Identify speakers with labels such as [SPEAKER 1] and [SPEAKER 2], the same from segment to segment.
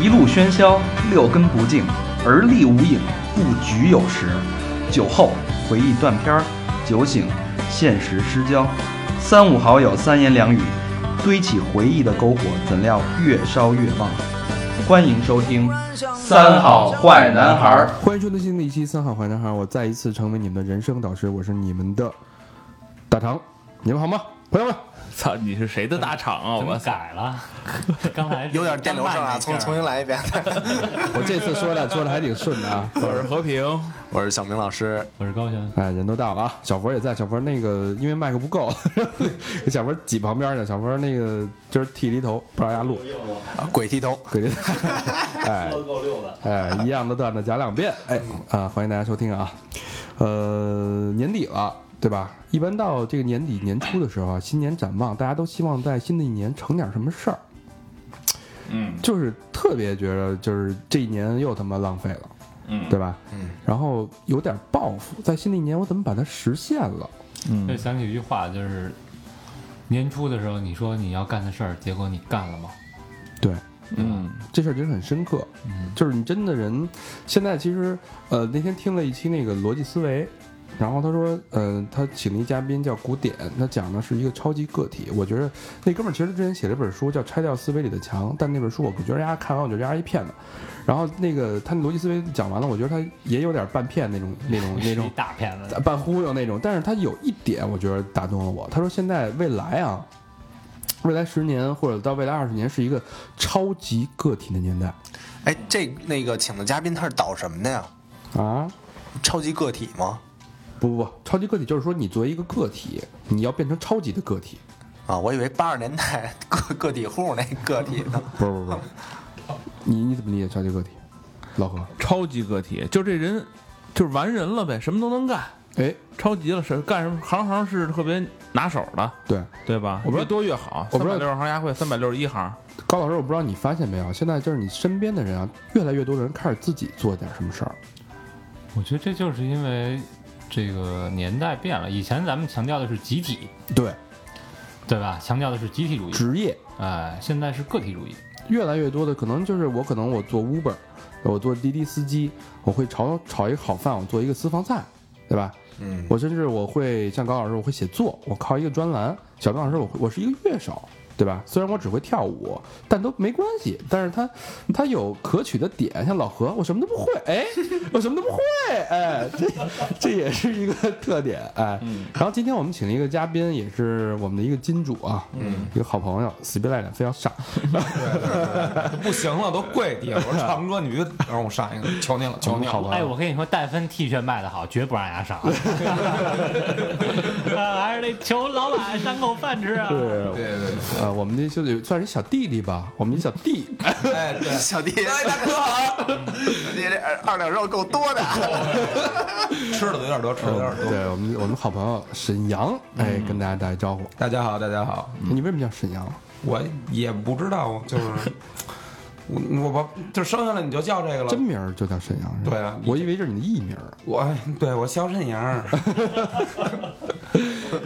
[SPEAKER 1] 一路喧嚣，六根不净，而立无影，不局有时。酒后回忆断片儿，酒醒现实失焦。三五好友三言两语，堆起回忆的篝火，怎料越烧越旺。欢迎收听《三好坏男孩儿》。
[SPEAKER 2] 欢迎收听新的一期《三好坏男孩》，我再一次成为你们的人生导师，我是你们的大肠，你们好吗？朋友们，
[SPEAKER 3] 操，你是谁的大厂啊？我操！
[SPEAKER 4] 改了，刚才
[SPEAKER 5] 有点电流声啊，重
[SPEAKER 4] 从
[SPEAKER 5] 重新来一遍。
[SPEAKER 2] 我这次说的说的还挺顺的啊，
[SPEAKER 3] 我是和平，
[SPEAKER 5] 我是小明老师，
[SPEAKER 4] 我是高轩，
[SPEAKER 2] 哎，人都到了啊，小佛也在，小佛那个因为麦克不够， 给小佛挤旁边呢，小佛那个今儿剃了一头，不让人家录，
[SPEAKER 5] 啊鬼剃头，
[SPEAKER 2] 给人，哎，哎，一样的段子讲两遍，哎啊，欢迎大家收听啊，呃，年底了，对吧？一般到这个年底年初的时候啊，新年展望，大家都希望在新的一年成点什么事儿，
[SPEAKER 3] 嗯
[SPEAKER 2] 就是特别觉得就是这一年又他妈浪费了，
[SPEAKER 3] 嗯
[SPEAKER 2] 对吧？
[SPEAKER 5] 嗯，
[SPEAKER 2] 然后有点抱负，在新的一年我怎么把它实现了？
[SPEAKER 4] 就
[SPEAKER 3] 嗯，
[SPEAKER 4] 想起一句话，就是年初的时候你说你要干的事儿，结果你干了吗？
[SPEAKER 2] 对，
[SPEAKER 3] 嗯
[SPEAKER 2] 这事儿真是很深刻，
[SPEAKER 4] 嗯，
[SPEAKER 2] 就是你真的人，现在其实呃那天听了一期那个逻辑思维，然后他说呃他请了一嘉宾叫古典，他讲的是一个超级个体，我觉得那哥们儿其实之前写了本书叫《拆掉思维里的墙》，但那本书我不觉得人家看完我觉得人家一骗子，然后那个他逻辑思维讲完了，我觉得他也有点半骗那种那种那
[SPEAKER 4] 一
[SPEAKER 2] 种
[SPEAKER 4] 大骗子，
[SPEAKER 2] 呃半忽悠那种，但是他有一点我觉得打动了我，他说现在未来啊。未来十年或者到未来二十年是一个超级个体的年代
[SPEAKER 5] 哎，这那个请的嘉宾他是导什么的呀？
[SPEAKER 2] 啊！
[SPEAKER 5] 超级个体吗？
[SPEAKER 2] 不不不，超级个体就是说你作为一个个体，你要变成超级的个体。
[SPEAKER 5] 啊，我以为八十年代 个个体户那个体呢。
[SPEAKER 2] 不是不是不是，你你怎么理解超级个体？老何，
[SPEAKER 3] 超级个体，就这人就是完人了呗，什么都能干，
[SPEAKER 2] 哎，
[SPEAKER 3] 超级了，是干什么行行是特别拿手的，
[SPEAKER 2] 对，
[SPEAKER 3] 对吧？
[SPEAKER 2] 我不知道
[SPEAKER 3] 越多越好，三
[SPEAKER 2] 我不知
[SPEAKER 3] 百
[SPEAKER 2] 道
[SPEAKER 3] 六十行压会，三百六十一行，
[SPEAKER 2] 高老师，我不知道你发现没有，现在就是你身边的人啊，越来越多的人开始自己做点什么事儿。
[SPEAKER 4] 我觉得这就是因为这个年代变了。以前咱们强调的是集体，
[SPEAKER 2] 对，
[SPEAKER 4] 对吧？强调的是集体主义，
[SPEAKER 2] 职业
[SPEAKER 4] 哎，现在是个体主义。
[SPEAKER 2] 越来越多的，可能就是我可能我做 Uber，我做滴滴司机，我会炒炒一个好饭，我做一个私房菜，对吧？
[SPEAKER 5] 嗯，
[SPEAKER 2] 我甚至我会像高老师，我会写作，我靠一个专栏；小明老师，我会我是一个乐手，对吧？虽然我只会跳舞，但都没关系。但是他他有可取的点，像老何，我什么都不会，哎，我什么都不会，哎，这这也是一个特点，哎。然后今天我们请了一个嘉宾，也是我们的一个金主啊，嗯，一个好朋友，死皮赖脸非要上，
[SPEAKER 6] 不行了，都跪地了。我说长哥，你别让我上一个，求你了，求你
[SPEAKER 2] 好
[SPEAKER 6] 了。
[SPEAKER 2] 吧？
[SPEAKER 4] 哎，我跟你说，戴芬 T 恤卖的好，绝不让人 家上， 啊还是得求老板赏口饭吃啊。
[SPEAKER 2] 对，
[SPEAKER 6] 对对
[SPEAKER 2] 呃，我们这就得算是小弟弟吧，我们这小弟，
[SPEAKER 6] 对，哎对，
[SPEAKER 5] 小弟，哎，大哥 好，你这二二两肉够多的。啊
[SPEAKER 6] 吃的有点多，吃的有点多。嗯
[SPEAKER 2] 对我们我们好朋友沈阳，哎，跟大家打一招呼。
[SPEAKER 6] 大家好，大家好，
[SPEAKER 2] 你为什么叫沈阳？
[SPEAKER 6] 我也不知道，就是 我我不就生下来你就叫这个
[SPEAKER 2] 真
[SPEAKER 6] 了。
[SPEAKER 2] 名儿就叫沈阳是吧？
[SPEAKER 6] 对啊
[SPEAKER 2] 我以为这是你的艺名儿。
[SPEAKER 6] 我对我肖沈阳，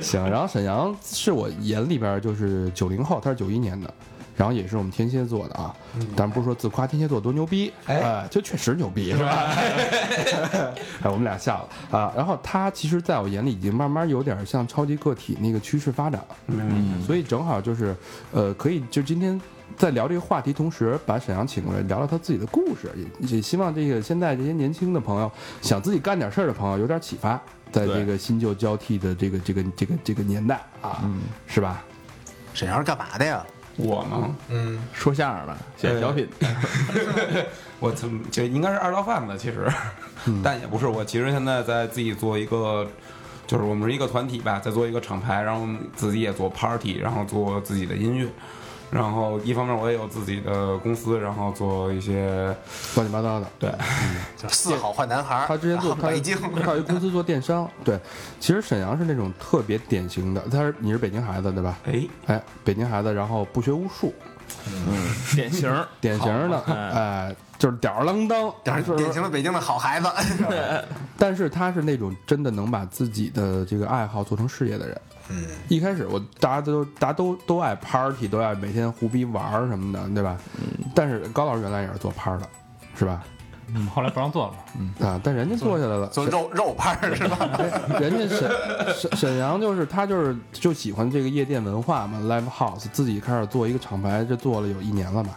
[SPEAKER 2] 行，然后沈阳是我眼里边儿就是九零后，他是九一年的，然后也是我们天蝎座的啊。咱不是说自夸天蝎座多牛逼，
[SPEAKER 6] 嗯哎
[SPEAKER 2] 呃就确实牛逼是吧？ 哎，我们俩笑了啊。然后他其实在我眼里已经慢慢有点像超级个体那个趋势发展了。
[SPEAKER 3] 嗯，
[SPEAKER 2] 所以正好就是，呃，可以就今天在聊这个话题同时，把沈阳请过来聊聊他自己的故事，也也希望这个现在这些年轻的朋友，想自己干点事儿的朋友有点启发，在这个新旧交替的这个这个这个这个年代啊，是吧？
[SPEAKER 5] 沈阳是干嘛的呀？
[SPEAKER 6] 我吗？
[SPEAKER 5] 嗯，
[SPEAKER 3] 说相声的，写小品，
[SPEAKER 6] 我怎么这应该是二道贩子，其实， 但也不是。我其实现在在自己做一个，就是我们是一个团体吧，在做一个厂牌，然后我们自己也做 party，然后做自己的音乐。然后一方面我也有自己的公司，然后做一些
[SPEAKER 2] 乱七八糟的。
[SPEAKER 6] 对，
[SPEAKER 5] 叫四好坏男孩。
[SPEAKER 2] 他之前做
[SPEAKER 5] 啊
[SPEAKER 2] 他
[SPEAKER 5] 北 京，
[SPEAKER 2] 他有一公司做电商，对，其实沈阳是那种特别典型的，他是你是北京孩子对吧？
[SPEAKER 6] 哎，
[SPEAKER 2] 哎，北京孩子，然后不学无术，
[SPEAKER 3] 典型 儿，
[SPEAKER 2] 典型的，哎，就是吊儿郎当，哎
[SPEAKER 5] 典
[SPEAKER 2] 就是
[SPEAKER 5] 典型的北京的好孩子。
[SPEAKER 2] 但是他是那种真的能把自己的这个爱好做成事业的人，
[SPEAKER 5] 嗯，
[SPEAKER 2] 一开始我大家都大家都都爱 party，都爱每天胡逼玩儿什么的，对吧？但是高老师原来也是做 part 的，是吧？
[SPEAKER 4] 嗯，后来不让做了，
[SPEAKER 2] 啊，但人家做下来了，
[SPEAKER 5] 做肉肉派儿是吧？
[SPEAKER 2] 人家沈沈沈阳就是他就是就喜欢这个夜店文化嘛，live house 自己开始做一个厂牌，这做了有一年了吧，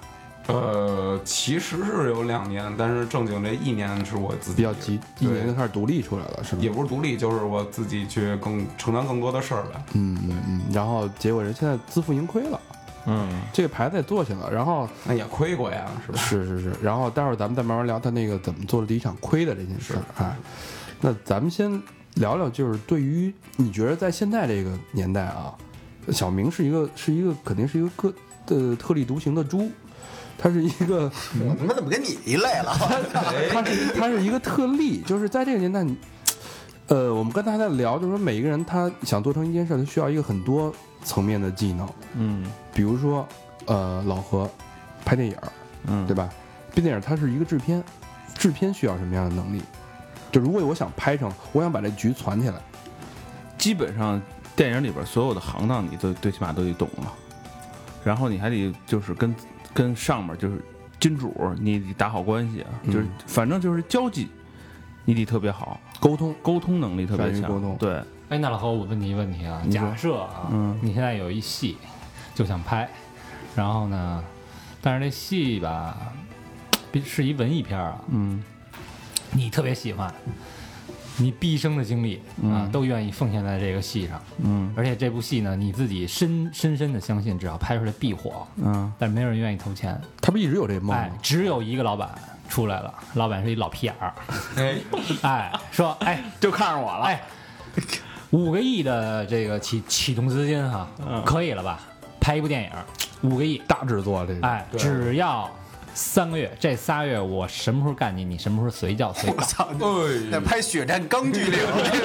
[SPEAKER 6] 呃，其实是有两年，但是正经这一年是我自己
[SPEAKER 2] 比较急，一
[SPEAKER 6] 对
[SPEAKER 2] 年就开始独立出来了，是吗
[SPEAKER 6] 也？不是独立，就是我自己去更承担更多的事儿吧。
[SPEAKER 2] 嗯嗯嗯。然后结果人现在自负盈亏了，
[SPEAKER 4] 嗯，
[SPEAKER 2] 这个牌子也做起来了，然后
[SPEAKER 6] 那也亏过呀，是吧？
[SPEAKER 2] 是是是，然后待会儿咱们再慢慢聊他那个怎么做了第一场亏的这件事儿啊。那咱们先聊聊，就是对于你觉得在现在这个年代啊，小明是一个是一个肯定是一个个呃特立独行的猪，他是一个
[SPEAKER 5] 我他妈怎么跟你一类了？
[SPEAKER 2] 他是他是一个特例，就是在这个年代，你呃，我们刚才还在聊，就是说每一个人他想做成一件事，他需要一个很多层面的技能，
[SPEAKER 7] 嗯
[SPEAKER 2] 比如说呃，老何拍电影儿，
[SPEAKER 7] 嗯
[SPEAKER 2] 对吧？毕竟它是一个制片，制片需要什么样的能力？就如果我想拍成，我想把这局攒起来，
[SPEAKER 7] 基本上电影里边所有的行当你都最起码都得懂了，然后你还得就是跟跟上面就是金主你得打好关系，啊就是
[SPEAKER 2] 嗯
[SPEAKER 7] 反正就是交际你得特别好，
[SPEAKER 2] 沟通
[SPEAKER 7] 沟通能力特别
[SPEAKER 2] 善于
[SPEAKER 7] 强，
[SPEAKER 2] 沟通
[SPEAKER 7] 对，
[SPEAKER 4] 哎，那老何，我问你一个问题啊，
[SPEAKER 7] 你说
[SPEAKER 4] 假设啊，
[SPEAKER 7] 嗯
[SPEAKER 4] 你现在有一戏就想拍，然后呢，但是这戏吧，比是一文艺片儿啊，
[SPEAKER 7] 嗯
[SPEAKER 4] 你特别喜欢，你毕生的精力啊，都愿意奉献在这个戏上，
[SPEAKER 7] 嗯
[SPEAKER 4] 而且这部戏呢，你自己深深深的相信，只要拍出来必火，
[SPEAKER 7] 嗯
[SPEAKER 4] 但没有人愿意投钱，
[SPEAKER 2] 他不一直有这梦
[SPEAKER 4] 哎
[SPEAKER 2] 吗？，
[SPEAKER 4] 只有一个老板出来了，老板是一老屁眼儿，
[SPEAKER 6] 哎，
[SPEAKER 4] 哎，说 哎，
[SPEAKER 7] 就看上我了
[SPEAKER 4] 哎，五个亿的这个启启动资金哈，
[SPEAKER 8] 嗯
[SPEAKER 4] 可以了吧？拍一部电影，五个亿，
[SPEAKER 2] 大制作这个，
[SPEAKER 4] 哎，只要三个月，这仨月我什么时候干你，你什么时候随叫随
[SPEAKER 5] 我
[SPEAKER 4] 到。
[SPEAKER 5] 操！那
[SPEAKER 6] 哎，
[SPEAKER 5] 拍《血战钢锯岭》这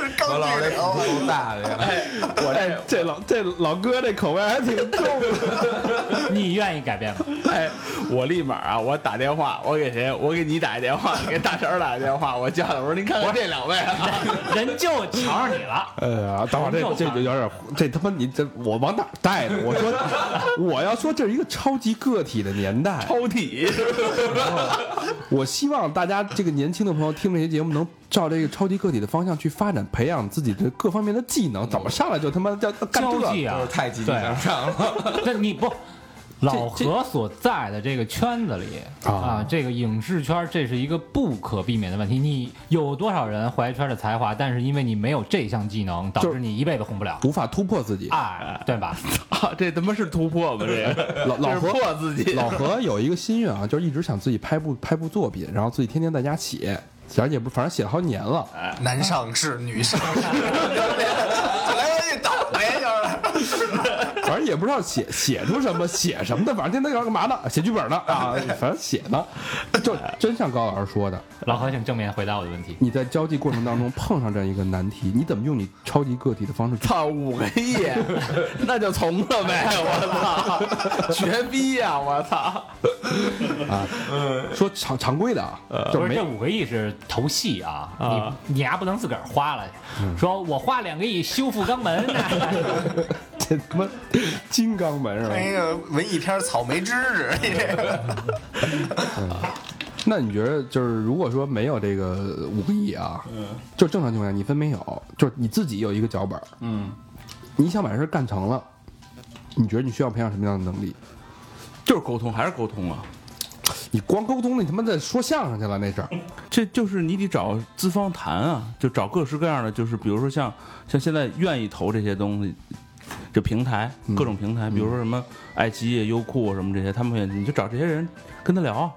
[SPEAKER 5] 是
[SPEAKER 6] 何
[SPEAKER 5] 钢
[SPEAKER 6] 老
[SPEAKER 5] 锯
[SPEAKER 6] 师
[SPEAKER 5] 岭
[SPEAKER 6] 这
[SPEAKER 5] 我
[SPEAKER 6] 口够大的呀！
[SPEAKER 2] 我这这老这老哥这口味还挺重的。
[SPEAKER 4] 你愿意改变吗？
[SPEAKER 8] 哎，我立马啊，我打电话，我给谁？我给你打一电话，给大婶儿打一电话，我叫他，我说您看看这两位啊，
[SPEAKER 4] 人就瞧上你了。
[SPEAKER 2] 哎呀，等会儿这这就有点，这他妈你这我往哪儿带呢？我说 我要说这是一个超级个体的年代，
[SPEAKER 8] 抽屉。
[SPEAKER 2] 我希望大家这个年轻的朋友听这些节目，能照这个超级个体的方向去发展，培养自己的各方面的技能。怎么上来就他妈叫干这
[SPEAKER 4] 交际
[SPEAKER 2] 个？
[SPEAKER 4] 啊
[SPEAKER 6] 就是，太积极
[SPEAKER 4] 对
[SPEAKER 6] 向上了，
[SPEAKER 4] 那你 不。老何所在的这个圈子里啊，这个影视圈，这是一个不可避免的问题。你有多少人怀揣着才华，但是因为你没有这项技能，导
[SPEAKER 2] 就
[SPEAKER 4] 致你一辈子红不了，
[SPEAKER 2] 无法突破自己。
[SPEAKER 4] 哎，对吧？
[SPEAKER 8] 啊，这他妈是突破吗？这个
[SPEAKER 2] 老老
[SPEAKER 8] 这是
[SPEAKER 2] 何
[SPEAKER 8] 破自己，
[SPEAKER 2] 老何有一个心愿啊，就是一直想自己拍部拍部作品，然后自己天天在家写，然后也不反正写了好几年了。
[SPEAKER 8] 哎
[SPEAKER 5] 男上士，女上士，来回去倒呗，就是。
[SPEAKER 2] 反正也不知道写写出什么，写什么的，反正天天要干嘛呢？写剧本呢 啊，反正写呢，就真像高老师说的，
[SPEAKER 4] 老何，请正面回答我的问题。
[SPEAKER 2] 你在交际过程 当中碰上这样一个难题，你怎么用你超级个体的方式去
[SPEAKER 8] 操五个亿， 那就从了呗！我操， 绝逼呀、我操，
[SPEAKER 2] 啊
[SPEAKER 8] 嗯
[SPEAKER 2] 说常常规的啊，
[SPEAKER 8] 呃
[SPEAKER 2] 就
[SPEAKER 4] 不是
[SPEAKER 2] 没
[SPEAKER 4] 这
[SPEAKER 2] 有
[SPEAKER 4] 五个亿是投戏啊，你你丫不能自个儿花了，
[SPEAKER 7] 嗯
[SPEAKER 4] 说我花两个亿修复肛 门呢，
[SPEAKER 2] 这他妈金刚门是吧？
[SPEAKER 7] 哎
[SPEAKER 5] 那个文艺片儿草莓芝士，你这个
[SPEAKER 2] 那你觉得就是如果说没有这个五个亿啊，
[SPEAKER 7] 嗯
[SPEAKER 2] 就正常情况下你分没有，就是你自己有一个脚本，嗯，你想把这事儿干成了，你觉得你需要培养什么样的能力？
[SPEAKER 7] 就是沟通还是沟通啊，
[SPEAKER 2] 你光沟通，你他妈的说相声去了那事儿，
[SPEAKER 7] 这就是你得找资方谈啊，就找各式各样的，就是比如说像像现在愿意投这些东西，这平台
[SPEAKER 2] 嗯
[SPEAKER 7] 各种平台，比如说什么爱奇艺、优酷什么这些，他们也你就找这些人跟他聊啊，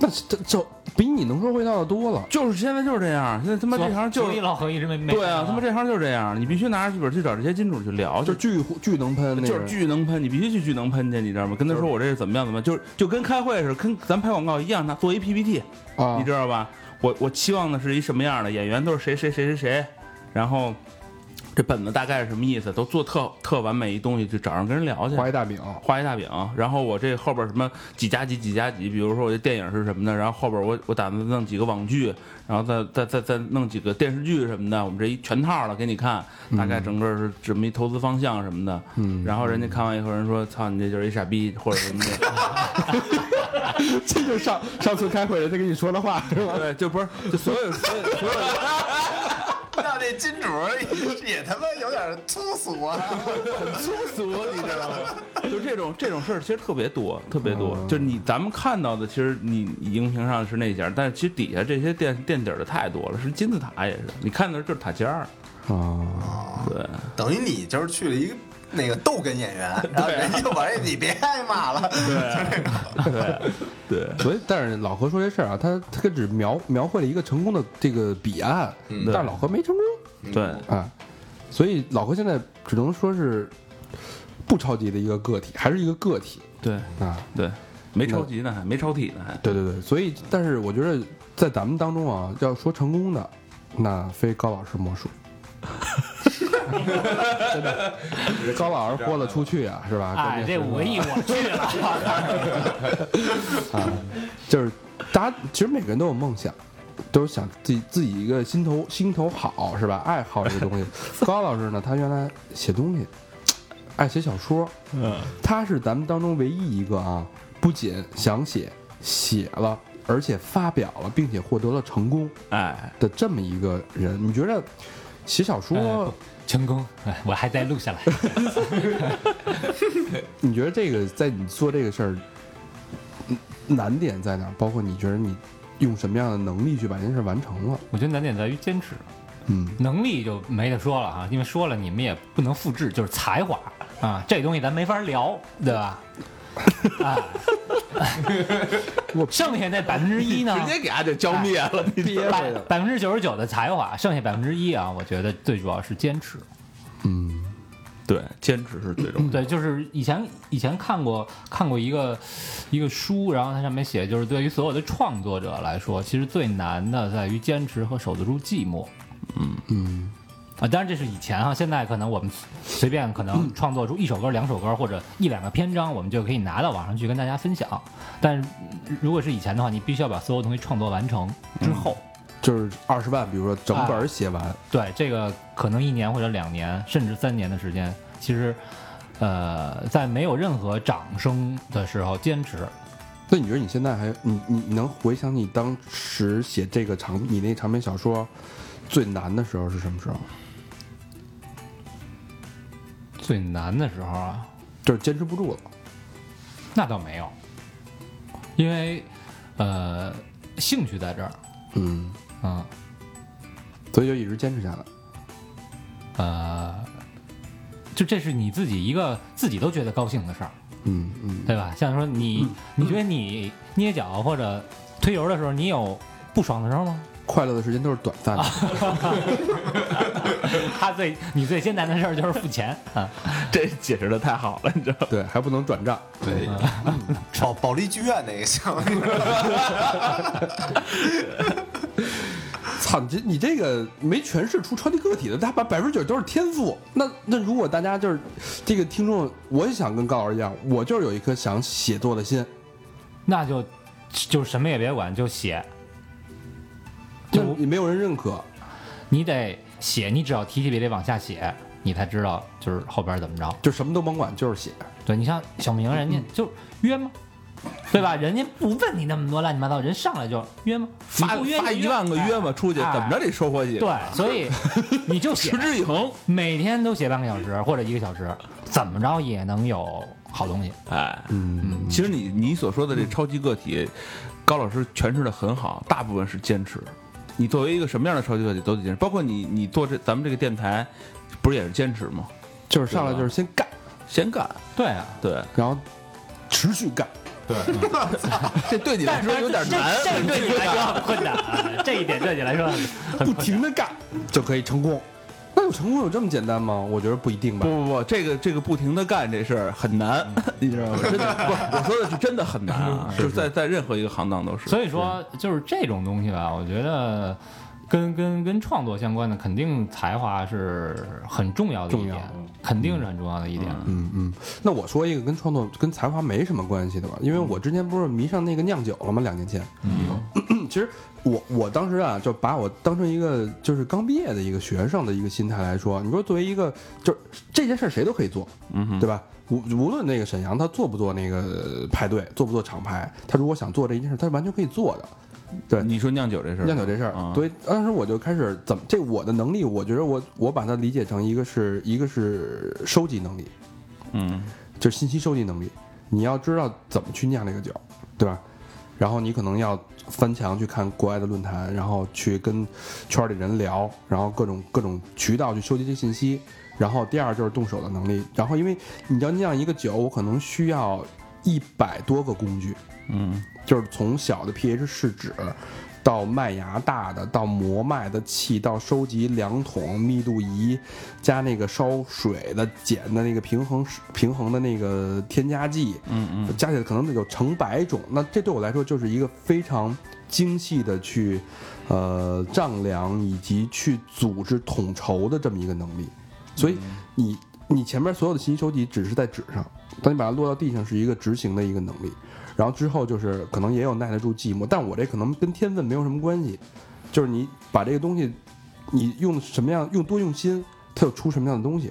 [SPEAKER 2] 那是这这比你能说会道的多了。
[SPEAKER 7] 就是现在就是这样，现在他妈这行就
[SPEAKER 4] 所以
[SPEAKER 7] 是
[SPEAKER 4] 老何一直没没
[SPEAKER 7] 对啊，他妈这行就是这样，你必须拿着剧本去找这些金主去聊，
[SPEAKER 2] 就巨巨能喷那
[SPEAKER 7] 就是
[SPEAKER 2] 种，
[SPEAKER 7] 巨能喷，你必须去巨能喷去，你知道吗？跟他说我这是怎么样怎么样，就是就跟开会似的，跟咱拍广告一样，他做一 PPT，
[SPEAKER 2] 啊
[SPEAKER 7] 你知道吧？我我期望的是一什么样的演员都是谁谁谁谁谁，然后这本子大概是什么意思，都做特特完美一东西，就找人跟人聊去，
[SPEAKER 2] 画一大饼，
[SPEAKER 7] 画一大饼，然后我这后边什么几加几几加几，比如说我这电影是什么的，然后后边我我打算弄几个网剧，然后再再再再弄几个电视剧什么的，我们这一全套了给你看，大概整个是这么一投资方向什么的，嗯，然后人家看完以后人说，操你这就是一傻逼或者什么 的，
[SPEAKER 2] 这就是上上次开会人家跟你说的话是吧？
[SPEAKER 7] 对，就不是就所有所有所有。
[SPEAKER 5] 那这金主也他妈有点粗俗啊！
[SPEAKER 7] 俗，你知道吗？ 就这种这种事儿，其实特别多，特别多。
[SPEAKER 9] 嗯
[SPEAKER 7] 就是你咱们看到的，其实你荧屏上是那家，但是其实底下这些垫垫底儿的太多了，是金字塔也是，你看的就是塔尖儿。
[SPEAKER 2] 啊，
[SPEAKER 7] 对，
[SPEAKER 5] 等于你就是去了一个那个逗哏演员，然后人就把这你别挨骂了，
[SPEAKER 2] 所以但是老何说这事儿啊，他他只描描绘了一个成功的这个彼岸，但是老何没成功
[SPEAKER 7] 对，
[SPEAKER 2] 啊，所以老何现在只能说是不超级的一个个体，还是一个个体
[SPEAKER 7] 对，
[SPEAKER 2] 啊。
[SPEAKER 7] 对，没超级呢，
[SPEAKER 9] 嗯
[SPEAKER 7] 还没超体呢，还。
[SPEAKER 2] 对对对，所以但是我觉得在咱们当中啊，要说成功的，那非高老师 莫属。真的，高老师豁了出去啊，是吧？
[SPEAKER 4] 哎，这五个亿我去 了，
[SPEAKER 2] 就是大家其实每个人都有梦想，都想自己自己一个心头心头好是吧？爱好这个东西。高老师呢，他原来写东西，爱写小说，嗯，他是咱们当中唯一一个啊，不仅想写，写了，而且发表了，并且获得了成功
[SPEAKER 7] 哎，
[SPEAKER 2] 的这么一个人。你觉得写小说，
[SPEAKER 4] 哎成功，哎，我还在录 下来。
[SPEAKER 2] 你觉得这个在你做这个事儿，嗯难点在哪儿？包括你觉得你用什么样的能力去把这件事完成了？
[SPEAKER 4] 我觉得难点在于坚持，
[SPEAKER 2] 嗯，
[SPEAKER 4] 能力就没得说了哈，因为说了你们也不能复制，就是才华啊，这东西咱没法聊，对吧？啊，
[SPEAKER 2] 我
[SPEAKER 4] 剩下那百分之一呢？
[SPEAKER 9] 直接给俺就浇灭了，你知道吗
[SPEAKER 4] 百百分之九十九的才华，剩下百分之一啊，我觉得最主要是坚持。
[SPEAKER 2] 嗯。
[SPEAKER 7] 对，坚持是最重要的。
[SPEAKER 4] 嗯对，就是以前以前看过看过一个一个书，然后它上面写，就是对于所有的创作者来说，其实最难的在于坚持和守得住寂寞。
[SPEAKER 2] 嗯
[SPEAKER 4] 啊，当然这是以前啊，现在可能我们随便可能创作出一首歌、两首歌或者一两个篇章，我们就可以拿到网上去跟大家分享。但是如果是以前的话，你必须要把所有东西创作完成之后，
[SPEAKER 2] 就是二十万，比如说整本儿写完，
[SPEAKER 4] 对这个可能一年或者两年甚至三年的时间，其实呃，在没有任何掌声的时候坚持，
[SPEAKER 2] 那你觉得你现在还你你你能回想你当时写这个长你那长篇小说最难的时候是什么时候？
[SPEAKER 4] 最难的时候啊，
[SPEAKER 2] 就是坚持不住了。
[SPEAKER 4] 那倒没有，因为呃，兴趣在这儿，
[SPEAKER 2] 嗯，
[SPEAKER 4] 嗯
[SPEAKER 2] 所以就一直坚持下来。
[SPEAKER 4] 呃，就这是你自己一个自己都觉得高兴的事儿，
[SPEAKER 2] 嗯嗯
[SPEAKER 4] 对吧？像说你，你觉得你捏脚或者推油的时候，你有不爽的时候吗？
[SPEAKER 2] 快乐的时间都是短暂的。
[SPEAKER 4] 他最你最艰难的事儿就是付钱啊，
[SPEAKER 9] 这解释的太好了，你知道吗？
[SPEAKER 2] 对，还不能转账。
[SPEAKER 10] 对，
[SPEAKER 5] 保保利剧院那个像，
[SPEAKER 2] 操，你这你这个没诠释出超级个体的，他把百分之九都是天赋。那那如果大家就是这个听众，我也想跟高老师一样，我就是有一颗想写作的心。
[SPEAKER 4] 那就就什么也别管，就写，
[SPEAKER 2] 就
[SPEAKER 4] 就
[SPEAKER 2] 你没有人认可，
[SPEAKER 4] 你得写，你只要提起笔得往下写，你才知道就是后边怎么着。
[SPEAKER 2] 就什么都甭管，就是写。
[SPEAKER 4] 对你像小明，人家就约吗？对吧？人家不问你那么多乱七八糟，人上来就约吗？
[SPEAKER 9] 发
[SPEAKER 4] 你不约
[SPEAKER 9] 发
[SPEAKER 4] 你
[SPEAKER 9] 一万个约嘛，出去
[SPEAKER 4] 哎
[SPEAKER 9] 怎么着得收获几个，
[SPEAKER 4] 对，所以你就写
[SPEAKER 9] 持，之以恒。
[SPEAKER 4] 每天都写半个小时或者一个小时，怎么着也能有好东西。
[SPEAKER 9] 哎，
[SPEAKER 2] 嗯，
[SPEAKER 7] 其实你你所说的这超级个体，高老师诠释的很好，大部分是坚持。你作为一个什么样的超级个体都得坚持，包括你你做这咱们这个电台，不是也是坚持吗？
[SPEAKER 2] 就是上来就是先干，
[SPEAKER 7] 先干，
[SPEAKER 4] 对啊，
[SPEAKER 7] 对，
[SPEAKER 2] 然后持续干。
[SPEAKER 9] 这对你来说有点难。
[SPEAKER 4] 哎这这对你来说很困难啊，这一点对你来说
[SPEAKER 2] 不
[SPEAKER 4] 很困难。
[SPEAKER 2] 停的干 就可以成功。那有成功有这么简单吗？我觉得不一定吧
[SPEAKER 9] 不。不不，这个这个不停的干这事儿很难，你知道吗？真的，不，我说的是真的很难啊。
[SPEAKER 7] 就是在在任何一个行当都是。
[SPEAKER 4] 所以说，就是这种东西吧，我觉得，跟跟跟创作相关的，肯定才华是很重要的一点，肯定是很重要的一点。
[SPEAKER 2] 嗯嗯，那我说一个跟创作跟才华没什么关系的吧，因为我之前不是迷上那个酿酒了吗？两年前，嗯、 其实我我当时啊，就把我当成一个就是刚毕业的一个学生的一个心态来说，你说作为一个就是这件事儿谁都可以做，嗯，对吧？无无论那个沈阳他做不做那个派对，做不做厂牌，他如果想做这一件事，他是完全可以做的。对，
[SPEAKER 3] 你说酿酒这事儿，
[SPEAKER 2] 酿酒这事儿，
[SPEAKER 3] 啊
[SPEAKER 2] 所以当时我就开始怎么这我的能力，我觉得我我把它理解成一个是一个是收集能力，
[SPEAKER 3] 嗯，
[SPEAKER 2] 就是信息收集能力，你要知道怎么去酿这个酒，对吧？然后你可能要翻墙去看国外的论坛，然后去跟圈里人聊，然后各种各种渠道去收集这个信息。然后第二就是动手的能力，然后因为你要酿一个酒，我可能需要一百多个工具，
[SPEAKER 3] 嗯，
[SPEAKER 2] 就是从小的 pH 试纸，到麦芽大的，到磨麦的器，到收集量筒、密度仪，加那个烧水的、碱的那个平衡平衡的那个添加剂，嗯嗯，加起来可能得有成百种。那这对我来说就是一个非常精细的去，呃，丈量以及去组织统筹的这么一个能力。所以你你前面所有的信息收集只是在纸上，当你把它落到地上是一个执行的一个能力，然后之后就是可能也有耐得住寂寞，但我这可能跟天分没有什么关系，就是你把这个东西，你用什么样用多用心，它就出什么样的东西，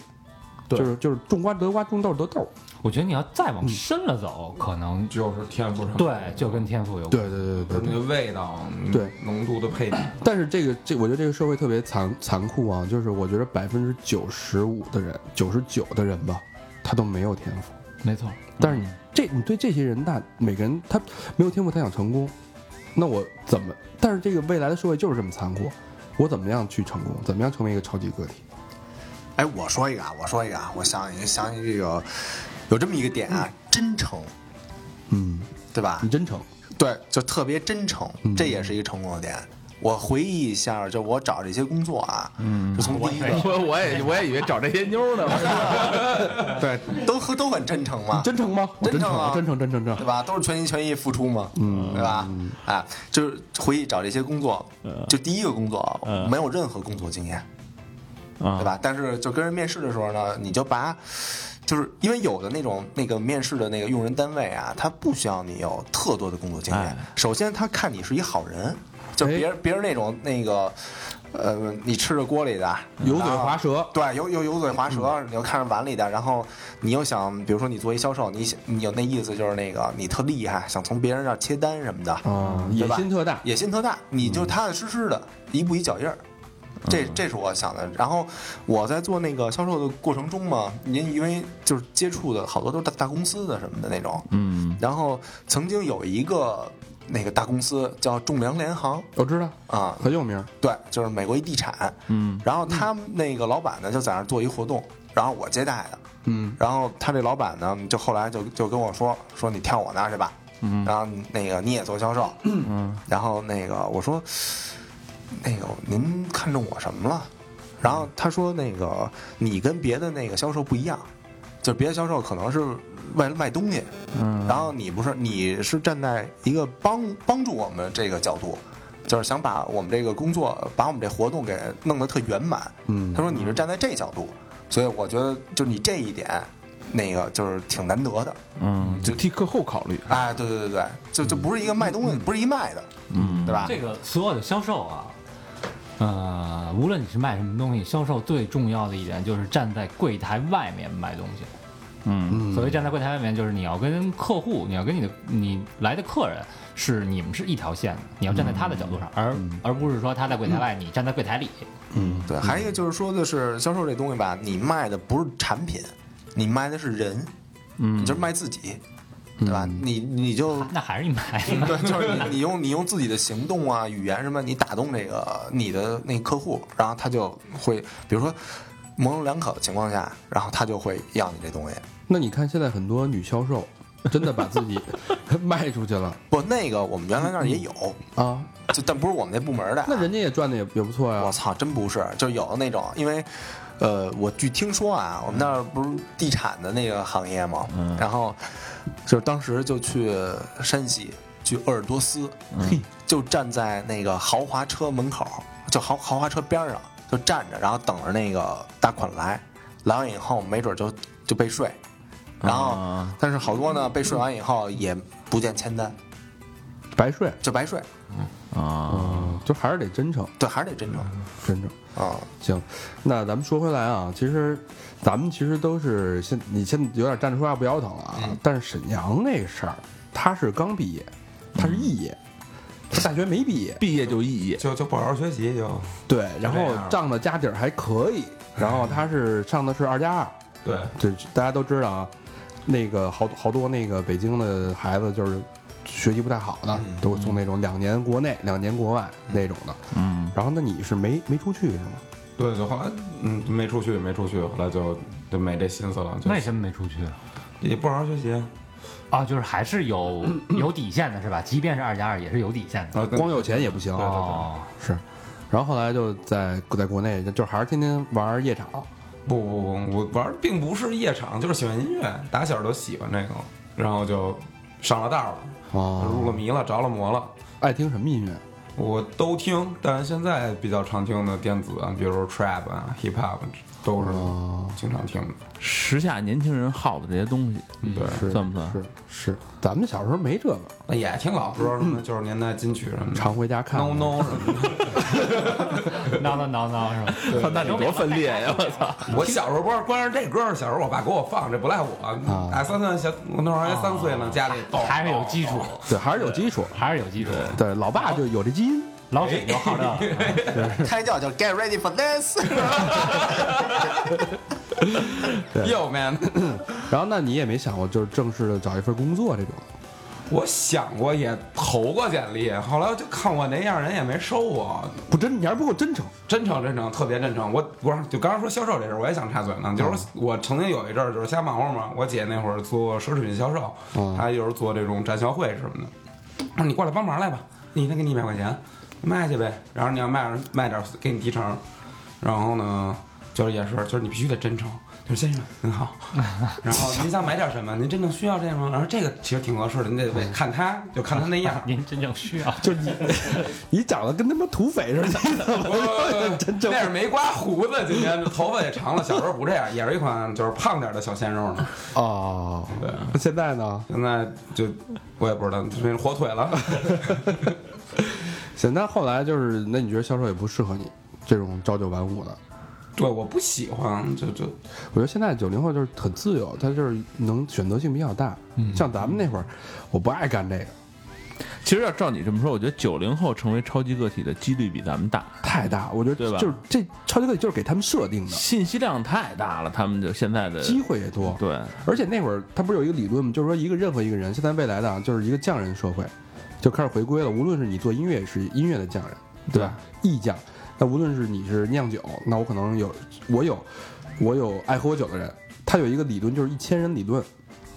[SPEAKER 4] 对
[SPEAKER 2] 就是就是种瓜得瓜，种豆得豆，
[SPEAKER 4] 我觉得你要再往深了走，可能
[SPEAKER 6] 就是天赋上
[SPEAKER 4] 嗯对，就跟天赋有关。
[SPEAKER 2] 对对
[SPEAKER 6] 就是那个味道，嗯
[SPEAKER 2] 对
[SPEAKER 6] 浓度的配比，
[SPEAKER 2] 但是这个这，我觉得这个社会特别残残酷啊，就是我觉得百分之九十五的人，九十九的人吧，他都没有天赋。
[SPEAKER 4] 没错，
[SPEAKER 2] 但是
[SPEAKER 5] 嗯
[SPEAKER 2] 你这你对这些人，那每个人他没有天赋，他想成功，那我怎么？但是这个未来的社会就是这么残酷，我怎么样去成功？怎么样成为一个超级个体？
[SPEAKER 5] 哎，我说一个啊，我说一个啊，我想起想起这个有这么一个点啊，真诚，
[SPEAKER 2] 嗯，
[SPEAKER 5] 对吧
[SPEAKER 2] 你？真诚，
[SPEAKER 5] 对，就特别真诚，这也是一个成功的点。我回忆一下，就我找这些工作啊，嗯，就从第一个，
[SPEAKER 7] 我我也我也以为找这些妞儿呢，
[SPEAKER 5] 对，都和都很真诚嘛，
[SPEAKER 2] 真诚吗？
[SPEAKER 5] 真
[SPEAKER 2] 真
[SPEAKER 5] 诚啊
[SPEAKER 2] 诚，真诚，真诚，真
[SPEAKER 5] 对
[SPEAKER 2] 诚。
[SPEAKER 5] 吧？都是全心全意付出嘛，嗯，对吧？啊，就是回忆找这些工作，就第一个工作啊没有任何工作经验，
[SPEAKER 3] 啊
[SPEAKER 5] 对吧？但是就跟人面试的时候呢，你就把，就是因为有的那种那个面试的那个用人单位啊，他不需要你有特多的工作经验，首先他看你是一好人，就别人别人那种那个。呃，你吃着锅里的，
[SPEAKER 2] 油嘴
[SPEAKER 5] 然后
[SPEAKER 2] 滑舌
[SPEAKER 5] 对，油油油嘴滑
[SPEAKER 2] 嗯
[SPEAKER 5] 舌，你又看着碗里的，然后你又想，比如说你做一销售，你想你有那意思就是那个你特厉害，想从别人那儿切单什么的，
[SPEAKER 2] 啊，野
[SPEAKER 5] 对吧
[SPEAKER 2] 心特嗯大，
[SPEAKER 5] 野心特大，你就踏踏实实的，一步一脚印儿。
[SPEAKER 2] 嗯
[SPEAKER 5] 这这是我想的。然后我在做那个销售的过程中嘛，因因为就是接触的好多都是大大公司的什么的那种，嗯。然后曾经有一个那个大公司叫仲量联行
[SPEAKER 2] 我知道，
[SPEAKER 5] 啊，
[SPEAKER 2] 很有名。
[SPEAKER 5] 对，就是美国一地产，嗯，然后他们那个老板呢就在那儿做一活动，然后我接待的，
[SPEAKER 2] 嗯，
[SPEAKER 5] 然后他这老板呢就后来就就跟我说说你跳我那儿去吧，嗯，然后那个你也做销售，嗯， 然后那个我说那个您看中我什么了？然后他说那个你跟别的那个销售不一样，就是别的销售可能是为了卖东西，嗯，然后你不是你是站在一个帮帮助我们这个角度，就是想把我们这个工作，把我们这活动给弄得特圆满。嗯，他说你是站在这角度，所以我觉得就你这一点，那个就是挺难得的。
[SPEAKER 3] 嗯，
[SPEAKER 7] 就替客户考虑。
[SPEAKER 5] 哎，对对对对，就就不是一个卖东西，不是一卖的，嗯，对吧？
[SPEAKER 4] 这个所有的销售啊，呃，无论你是卖什么东西，销售最重要的一点就是站在柜台外面卖东西。
[SPEAKER 2] 嗯
[SPEAKER 4] 所谓站在柜台外面，就是你要跟客户，你要跟你的你来的客人是你们是一条线的，你要站在他的角度上，而而不是说他在柜台外，你站在柜台里。
[SPEAKER 5] 对，还有一个就是说的是销售这东西吧，你卖的不是产品，你卖的是人，嗯，你就是卖自己，对吧？你你就
[SPEAKER 4] 那还是你买的。
[SPEAKER 5] 嗯 对，就是你你用你用自己的行动啊、语言什么，你打动这个你的那客户，然后他就会，比如说模棱两可的情况下，然后他就会要你这东西。
[SPEAKER 2] 那你看现在很多女销售，真的把 自己卖出去了
[SPEAKER 5] 不，那个我们原来那儿也有，
[SPEAKER 2] 啊，
[SPEAKER 5] 就但不是我们那部门的啊。
[SPEAKER 2] 那人家也赚的也也不错
[SPEAKER 5] 我
[SPEAKER 2] 呀。
[SPEAKER 5] 操，真不是，就是有的那种，因为，呃，我据听说啊，我们那儿不是地产的那个行业嘛，然后就是当时就去山西，去鄂尔多斯，就站在那个豪华车门口，就豪豪华车边上就站着，然后等着那个大款来，来完以后没准就就被睡，然后、但是好多呢被睡完以后也不见签单，
[SPEAKER 2] 白睡，啊
[SPEAKER 5] 就白睡，
[SPEAKER 2] 就还是得真诚，
[SPEAKER 5] 对，还是得真诚
[SPEAKER 2] 真诚。
[SPEAKER 5] 啊、
[SPEAKER 2] 行，那咱们说回来啊，其实咱们其实都是现你现在有点站着说话不腰疼了啊。但是沈阳那事儿，他是刚毕业，他是肄业，他大学没毕业，
[SPEAKER 3] 毕业就肄业，
[SPEAKER 6] 就就不好好学习就
[SPEAKER 2] 对，然
[SPEAKER 6] 这
[SPEAKER 2] 后
[SPEAKER 6] 样
[SPEAKER 2] 仗的家底儿还可以，然后他是上的是二加二，
[SPEAKER 6] 对，
[SPEAKER 2] 这大家都知道啊。那个好好多那个北京的孩子就是学习不太好的，都从那种两年国内两年国外那种的。
[SPEAKER 3] 嗯，
[SPEAKER 2] 然后那你是没没出去是吗？
[SPEAKER 6] 对，就后来嗯没出去，没出去，后来就就没这心思了，就
[SPEAKER 4] 为什么没出去
[SPEAKER 6] 也不好好学习啊
[SPEAKER 4] 啊？就是还是有有底线的是吧？即便是二加二也是有底线的。
[SPEAKER 6] 啊，
[SPEAKER 2] 光有钱也不行。
[SPEAKER 6] 对对
[SPEAKER 4] 哦，
[SPEAKER 2] 是，然后后来就在在国内，就还是天天玩夜场，
[SPEAKER 6] 不不不，我玩儿并不是夜场，就是喜欢音乐，打小就喜欢这个，然后就上了道了，
[SPEAKER 2] 哦
[SPEAKER 6] 入了迷了，着了魔了，
[SPEAKER 2] 爱听什么音乐？
[SPEAKER 6] 我都听，但现在比较常听的电子啊，比如说 trap 啊、hip hop 都是
[SPEAKER 2] 哦
[SPEAKER 6] 经常听的。
[SPEAKER 3] 时下年轻人好的这些东西，嗯
[SPEAKER 2] 是
[SPEAKER 6] 嗯
[SPEAKER 3] 对，算不算？
[SPEAKER 2] 是是，咱们小时候没这个，
[SPEAKER 6] 那也听老歌 什么九十年代金曲什么的，
[SPEAKER 2] 常回家看
[SPEAKER 6] no no 什么的。
[SPEAKER 4] 挠挠挠挠是吧？
[SPEAKER 3] 操那得多分裂呀！我操，
[SPEAKER 6] 我小时候光光是这歌儿，小时候我爸给我放，这不赖我。啊，三岁小，我那会儿还三岁呢，家里爆
[SPEAKER 4] 啊还是有基础，
[SPEAKER 2] 对，还是有基础。
[SPEAKER 4] 还是有基础。
[SPEAKER 2] 对，老爸就有这基因，
[SPEAKER 4] 老水就好的，
[SPEAKER 2] 哎
[SPEAKER 5] 胎教叫 Get ready for this，
[SPEAKER 6] Yo man，
[SPEAKER 2] 然后那你也没想过就是正式的找一份工作这种，
[SPEAKER 6] 我想过也投过简历，后来就看我那样，人也没收我。
[SPEAKER 2] 不真，你还不够真诚。
[SPEAKER 6] 真诚真诚，特别真诚。我我就刚刚说销售这事儿，我也想插嘴呢。就是我曾经有一阵儿就是瞎忙活嘛，我姐那会儿做奢侈品销售，她有时候做这种展销会什么的。那你过来帮忙来吧，一天给你一百块钱，卖去呗。然后你要卖卖点儿给你提成。然后呢，就是也是，就是你必须得真诚。就是先生您好，然后您想买点什么？您真正需要这个吗？然后这个其实挺合适的，你得得看他，就看他那样儿。
[SPEAKER 4] 您真正需要。
[SPEAKER 2] 就是你，你长得跟他妈土匪似的，你怎么就真正
[SPEAKER 6] 哦那是没刮胡子，今天头发也长了，小时候不这样，也是一款就是胖点的小鲜肉呢。
[SPEAKER 2] 哦？
[SPEAKER 3] 啊
[SPEAKER 2] 那现在呢？
[SPEAKER 6] 现在就我也不知道，就是火腿了。
[SPEAKER 2] 行，那后来就是，那你觉得销售也不适合你这种朝九晚五的？
[SPEAKER 6] 对，我不喜欢，就就
[SPEAKER 2] 我觉得现在九零后就是很自由，他就是能选择性比较大。
[SPEAKER 3] 嗯
[SPEAKER 2] 像咱们那会儿，我不爱干这个，
[SPEAKER 3] 其实要照你这么说，我觉得九零后成为超级个体的几率比咱们大，
[SPEAKER 2] 太大。我觉
[SPEAKER 3] 对
[SPEAKER 2] 得
[SPEAKER 3] 吧
[SPEAKER 2] 就是这超级个体就是给他们设定的，
[SPEAKER 3] 信息量太大了，他们就现在的
[SPEAKER 2] 机会也多。
[SPEAKER 3] 对，
[SPEAKER 2] 而且那会儿他不是有一个理论吗？就是说一个任何一个人，现在未来的啊，就是一个匠人社会，就开始回归了。无论是你做音乐是音乐的匠人，对吧？艺匠，那无论是你是酿酒，那我可能有我有我有爱喝我酒的人，他有一个理论就是一千人理论，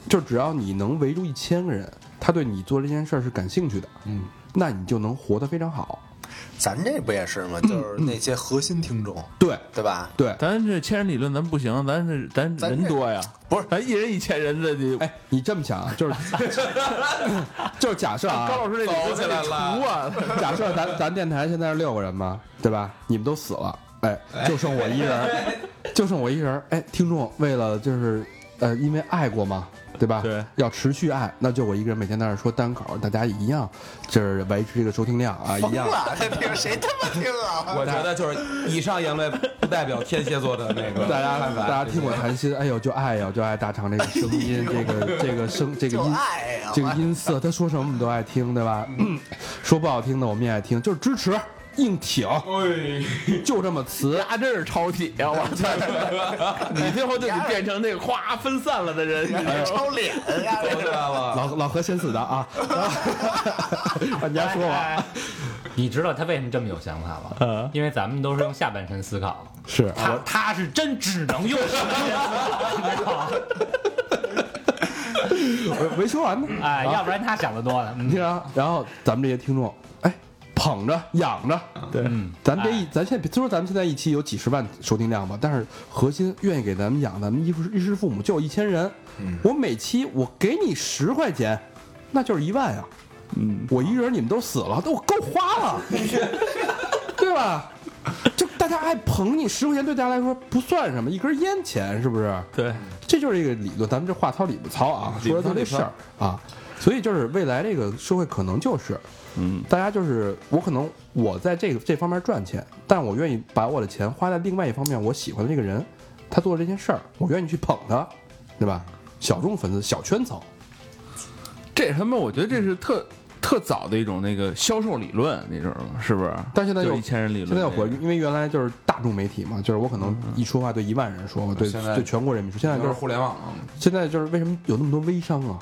[SPEAKER 2] 就只要你能围住一千个人，他对你做这件事儿是感兴趣的，嗯，那你就能活得非常好。
[SPEAKER 5] 咱这不也是吗？就是那些核心听众，
[SPEAKER 2] 对
[SPEAKER 5] 对 吧？
[SPEAKER 2] 对，
[SPEAKER 3] 咱这千人理论咱不行，咱是咱
[SPEAKER 5] 咱
[SPEAKER 3] 人
[SPEAKER 5] 这
[SPEAKER 3] 多呀，
[SPEAKER 5] 不是
[SPEAKER 3] 咱一人一千人这得。
[SPEAKER 2] 哎，你这么想啊，就是就是假设啊，
[SPEAKER 3] 高老师那理论咱得除啊，
[SPEAKER 2] 假设咱咱电台现在是六个人吧，对吧？你们都死了，哎，就剩我一人儿，
[SPEAKER 3] 哎
[SPEAKER 2] 就剩我一人儿。哎，听众为了就是呃，因为爱过嘛，对吧？
[SPEAKER 3] 对，
[SPEAKER 2] 要持续爱，那就我一个人每天在那儿说单口，大家也一样，就是维持这个收听量啊，一样。
[SPEAKER 5] 了，这听谁他妈听啊？
[SPEAKER 6] 我觉得就是以上言论不代表天蝎座的那个
[SPEAKER 2] 大家
[SPEAKER 6] 看法。
[SPEAKER 2] 大家听我谈心，哎呦，就爱呀，就爱大肠这个声 音，这个这个声这个音
[SPEAKER 5] 就爱啊呀
[SPEAKER 2] 这个音色，他说什么我们都爱听，对 吧？说不好听的我们也爱听，就是支持。硬挺，就这么词，
[SPEAKER 3] 哎压这是超体啊！我 操，你最后就得变成那个哗分散了的人，你知
[SPEAKER 2] 哎
[SPEAKER 3] 道吗
[SPEAKER 5] 抽脸呀！这
[SPEAKER 6] 知
[SPEAKER 5] 个
[SPEAKER 6] 道了，
[SPEAKER 2] 老老何先死 的啊！ 把你家说
[SPEAKER 3] 哎
[SPEAKER 2] 完，
[SPEAKER 4] 哎你知道他为什么这么有想法
[SPEAKER 2] 嗯
[SPEAKER 4] 吗？因为咱们都是用下半身思考，
[SPEAKER 2] 是啊
[SPEAKER 4] 他他是真只能用上半身 思考，
[SPEAKER 2] 我没说完呢。啊
[SPEAKER 4] 哎，要不然他想的多呢。
[SPEAKER 2] 你
[SPEAKER 4] 嗯
[SPEAKER 2] 听啊，然后咱们这些听众，哎，捧着养着，嗯哎对，咱这一咱现在虽说咱们现在一期有几十万收听量吧，但是核心愿意给咱们养咱们衣服衣食父母就有一千人，我每期我给你十块钱，那就是一万呀，啊 嗯，我一人你们都死了，都我够花了，对吧？就大家爱捧你，十块钱对大家来说不算什么，一根烟钱是不是？
[SPEAKER 3] 对，
[SPEAKER 2] 这就是一个理论，咱们这话糙理不糙啊，说的就这事儿啊。所以就是未来这个社会可能就是，
[SPEAKER 3] 嗯，
[SPEAKER 2] 大家就是我可能我在这个这方面赚钱，但我愿意把我的钱花在另外一方面，我喜欢的这个人，他做的这件事儿，我愿意去捧他，对吧？小众粉丝、小圈层，
[SPEAKER 3] 这他妈，我觉得这是特特早的一种那个销售理论，你知道吗？是不是？
[SPEAKER 2] 但现在
[SPEAKER 3] 就
[SPEAKER 2] 又
[SPEAKER 3] 一千人理嗯论，
[SPEAKER 2] 现在又回，因为原来就是大众媒体嘛，就是我可能一说话对一万人说，我对
[SPEAKER 6] 现在
[SPEAKER 2] 对全国人民说，现在
[SPEAKER 6] 就
[SPEAKER 2] 就是是
[SPEAKER 6] 互联网啊
[SPEAKER 2] 现在就是为什么有那么多微商啊？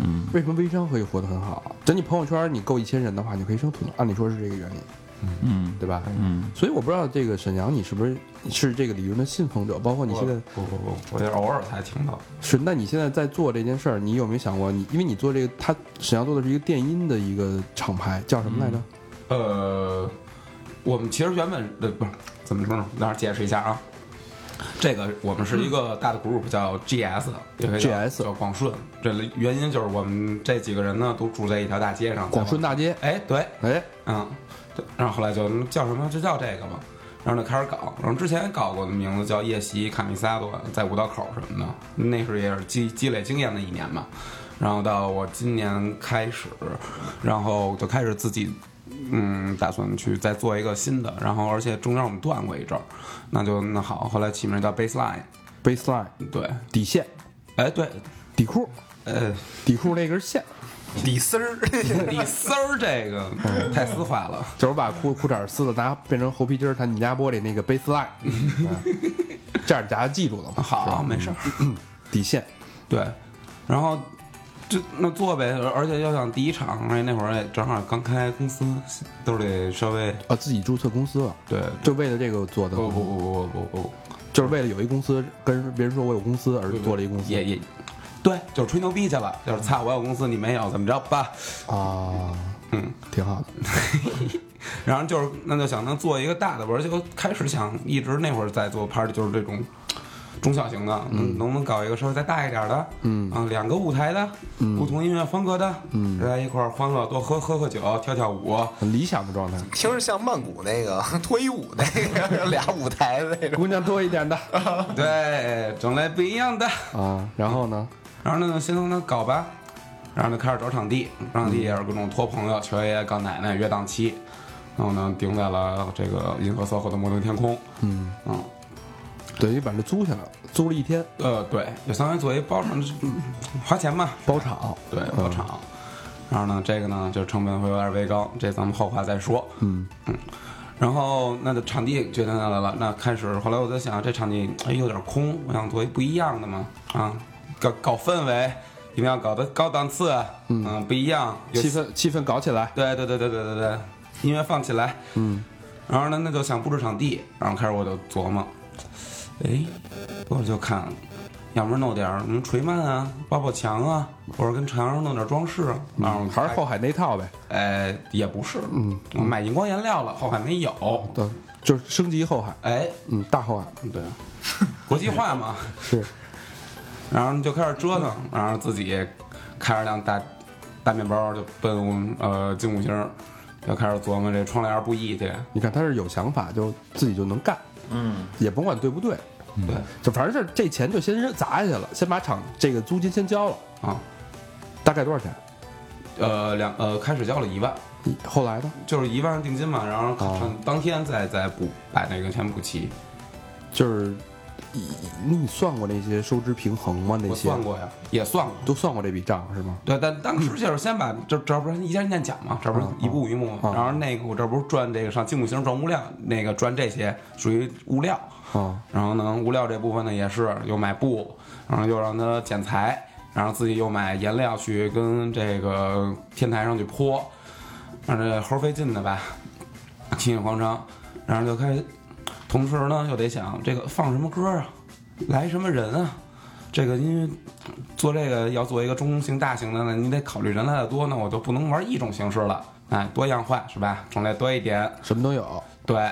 [SPEAKER 3] 嗯，
[SPEAKER 2] 为什么微商可以活得很好？等你朋友圈你够一千人的话，你可以生土豆，按理说是这个原因，
[SPEAKER 3] 嗯
[SPEAKER 2] 对吧？
[SPEAKER 3] 嗯，
[SPEAKER 2] 所以我不知道这个沈阳你是不是是这个理论的信奉者，包括你现在
[SPEAKER 6] 不不不，我就是偶尔才听到。
[SPEAKER 2] 是，那你现在在做这件事儿，你有没有想过你？因为你做这个，他沈阳做的是一个电音的一个厂牌，叫什么来着？
[SPEAKER 3] 嗯
[SPEAKER 6] 呃，我们其实原本呃不是怎么说呢？那儿解释一下啊。这个我们是一个大的 group 叫 GS，也可以叫
[SPEAKER 2] GS
[SPEAKER 6] 叫广顺。这里原因就是我们这几个人呢都住在一条大街上。
[SPEAKER 2] 广顺大街。
[SPEAKER 6] 哎对，
[SPEAKER 2] 哎，
[SPEAKER 6] 嗯，对。然后后来就嗯叫什么就叫这个嘛，然后就开始搞。然后之前搞过的名字叫夜袭卡米萨多，在五道口什么的，那是也是积积累经验的一年嘛。然后到我今年开始，然后就开始自己，嗯，打算去再做一个新的。然后而且中间我们断过一阵儿，那就那好，后来起名叫 Baseline，
[SPEAKER 2] ，baseline
[SPEAKER 6] 对，
[SPEAKER 2] 底线
[SPEAKER 6] 哎对，
[SPEAKER 2] 底裤
[SPEAKER 6] 呃，
[SPEAKER 2] 底裤那根线，
[SPEAKER 6] 李丝儿， 李丝儿这个太丝滑了。
[SPEAKER 2] 就是把裤裤衩儿撕了，拿变成猴皮筋儿，弹你家玻璃那个 baseline，、嗯、这样大家记住了嘛？
[SPEAKER 6] 好，没事儿。
[SPEAKER 2] 底线
[SPEAKER 6] 对，然后就那做呗，而而且要想第一场，哎而且那会儿也正好刚开公司，都得稍微
[SPEAKER 2] 啊，自己注册公司了，啊
[SPEAKER 6] 对，
[SPEAKER 2] 就为了这个做的，
[SPEAKER 6] 不不不不不不不，
[SPEAKER 2] 就是为了有一公司跟别人说我有公司而做了一公司
[SPEAKER 6] 也也对，就是吹牛逼去了，就是操，我有公司，你没有，怎么着吧？
[SPEAKER 2] 啊，
[SPEAKER 6] 嗯，
[SPEAKER 2] 挺好的。
[SPEAKER 6] 然后就是那就想能做一个大的，而且我开始想一直那会儿在做 party，就是这种。中小型的，嗯，能不能搞一个稍微再大一点的，嗯啊，两个舞台的，嗯，不同音乐风格的，嗯，大家一块儿欢乐，多喝喝喝酒，跳跳舞，
[SPEAKER 2] 很理想的状态，
[SPEAKER 5] 听着像曼谷那个 脱衣舞那个俩舞台的那种。
[SPEAKER 2] 姑娘多一点的
[SPEAKER 6] 对，整来不一样的。
[SPEAKER 2] 啊。然后呢，
[SPEAKER 6] 然后呢，先从那搞吧，然后就开始找场地，场地也是各种托朋友、求爷爷、告奶奶约档期，然后呢定在了这个银河 SOHO 的摩登天空。
[SPEAKER 2] 嗯，
[SPEAKER 6] 嗯，
[SPEAKER 2] 等于把这租下来了，租了一天，
[SPEAKER 6] 呃，对，也相当于作为包场，嗯花钱嘛，
[SPEAKER 2] 包场，啊
[SPEAKER 6] 对，包场。然后呢，这个呢就成本会有点微高，这咱们后话再说。
[SPEAKER 2] 嗯
[SPEAKER 6] 然后那就场地决定下来了，那开始后来我在想，这场地哎有点空，我想做一不一样的嘛，啊，搞搞氛围，一定要搞得高档次，嗯、不一样，有
[SPEAKER 2] 气氛气氛搞起来，
[SPEAKER 6] 对对对对对对对，音乐放起来，
[SPEAKER 2] 嗯，
[SPEAKER 6] 然后呢，那就想布置场地，然后开始我就琢磨，哎，我就看，要不然弄点儿什么锤曼啊、抱抱墙啊，或者跟墙上弄点装饰啊，然后
[SPEAKER 2] 嗯还是后海那套呗，
[SPEAKER 6] 呃也不是，
[SPEAKER 2] 嗯，
[SPEAKER 6] 我买荧光颜料了，后海没有，
[SPEAKER 2] 对，就是升级后海，
[SPEAKER 6] 哎，
[SPEAKER 2] 嗯，大后海
[SPEAKER 6] 对，国际化嘛，
[SPEAKER 2] 是
[SPEAKER 6] 然后就开始折腾，然后自己开着辆大大面包就奔我们呃金五星，就开始琢磨这窗帘布艺去，
[SPEAKER 2] 你看他是有想法，就自己就能干，嗯，也甭管对不对，
[SPEAKER 6] 对
[SPEAKER 2] 就反正是这钱就先扔砸下去了，先把场这个租金先交了，
[SPEAKER 6] 啊，
[SPEAKER 2] 大概多少钱？
[SPEAKER 6] 呃两呃开始交了一万，
[SPEAKER 2] 后来呢，
[SPEAKER 6] 就是一万定金嘛，然后
[SPEAKER 2] 哦
[SPEAKER 6] 看当天再再补把那个钱补齐，
[SPEAKER 2] 就是你你你算过那些收支平衡吗？那
[SPEAKER 6] 我
[SPEAKER 2] 些
[SPEAKER 6] 算过呀，也算过。
[SPEAKER 2] 都算过这笔账是吗？
[SPEAKER 6] 对， 但当时就是先把这这不是一家一件讲嘛，这不是一步一步嘛。
[SPEAKER 2] 嗯
[SPEAKER 6] 然后那个我这不是赚这个上金木星赚物料，那个赚这些属于物料，
[SPEAKER 2] 啊，
[SPEAKER 6] 然后呢，物料这部分呢也是又买布，然后又让他剪裁，然后自己又买颜料去跟这个天台上去泼，让这猴费劲的吧，心里慌张，然后就开始，同时呢又得想这个放什么歌啊，来什么人啊，这个因为做这个要做一个中型大型的呢，你得考虑人来的多呢，我就不能玩一种形式了，哎，多样化是吧？种类多一点，
[SPEAKER 2] 什么都有，
[SPEAKER 6] 对，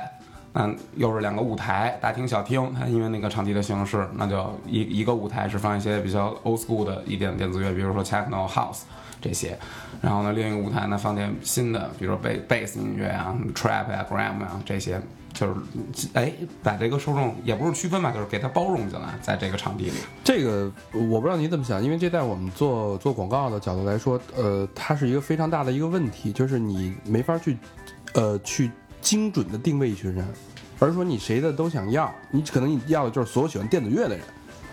[SPEAKER 6] 嗯，又是两个舞台，大厅、小厅。它因为那个场地的形式，那就一一个舞台是放一些比较 old school 的一点电子乐，比如说 techno house 这些，然后呢，另一个舞台呢放点新的，比如说 bass bass 音乐啊、trap 啊、gram 啊这些。就是哎，把这个受众也不是区分吧，就是给它包容进来，在这个场地里。
[SPEAKER 2] 这个我不知道你怎么想，因为这在我们做做广告的角度来说，呃，它是一个非常大的一个问题，就是你没法去，呃，去精准的定位一群人，而是说你谁的都想要，你可能你要的就是所有喜欢电子乐的人，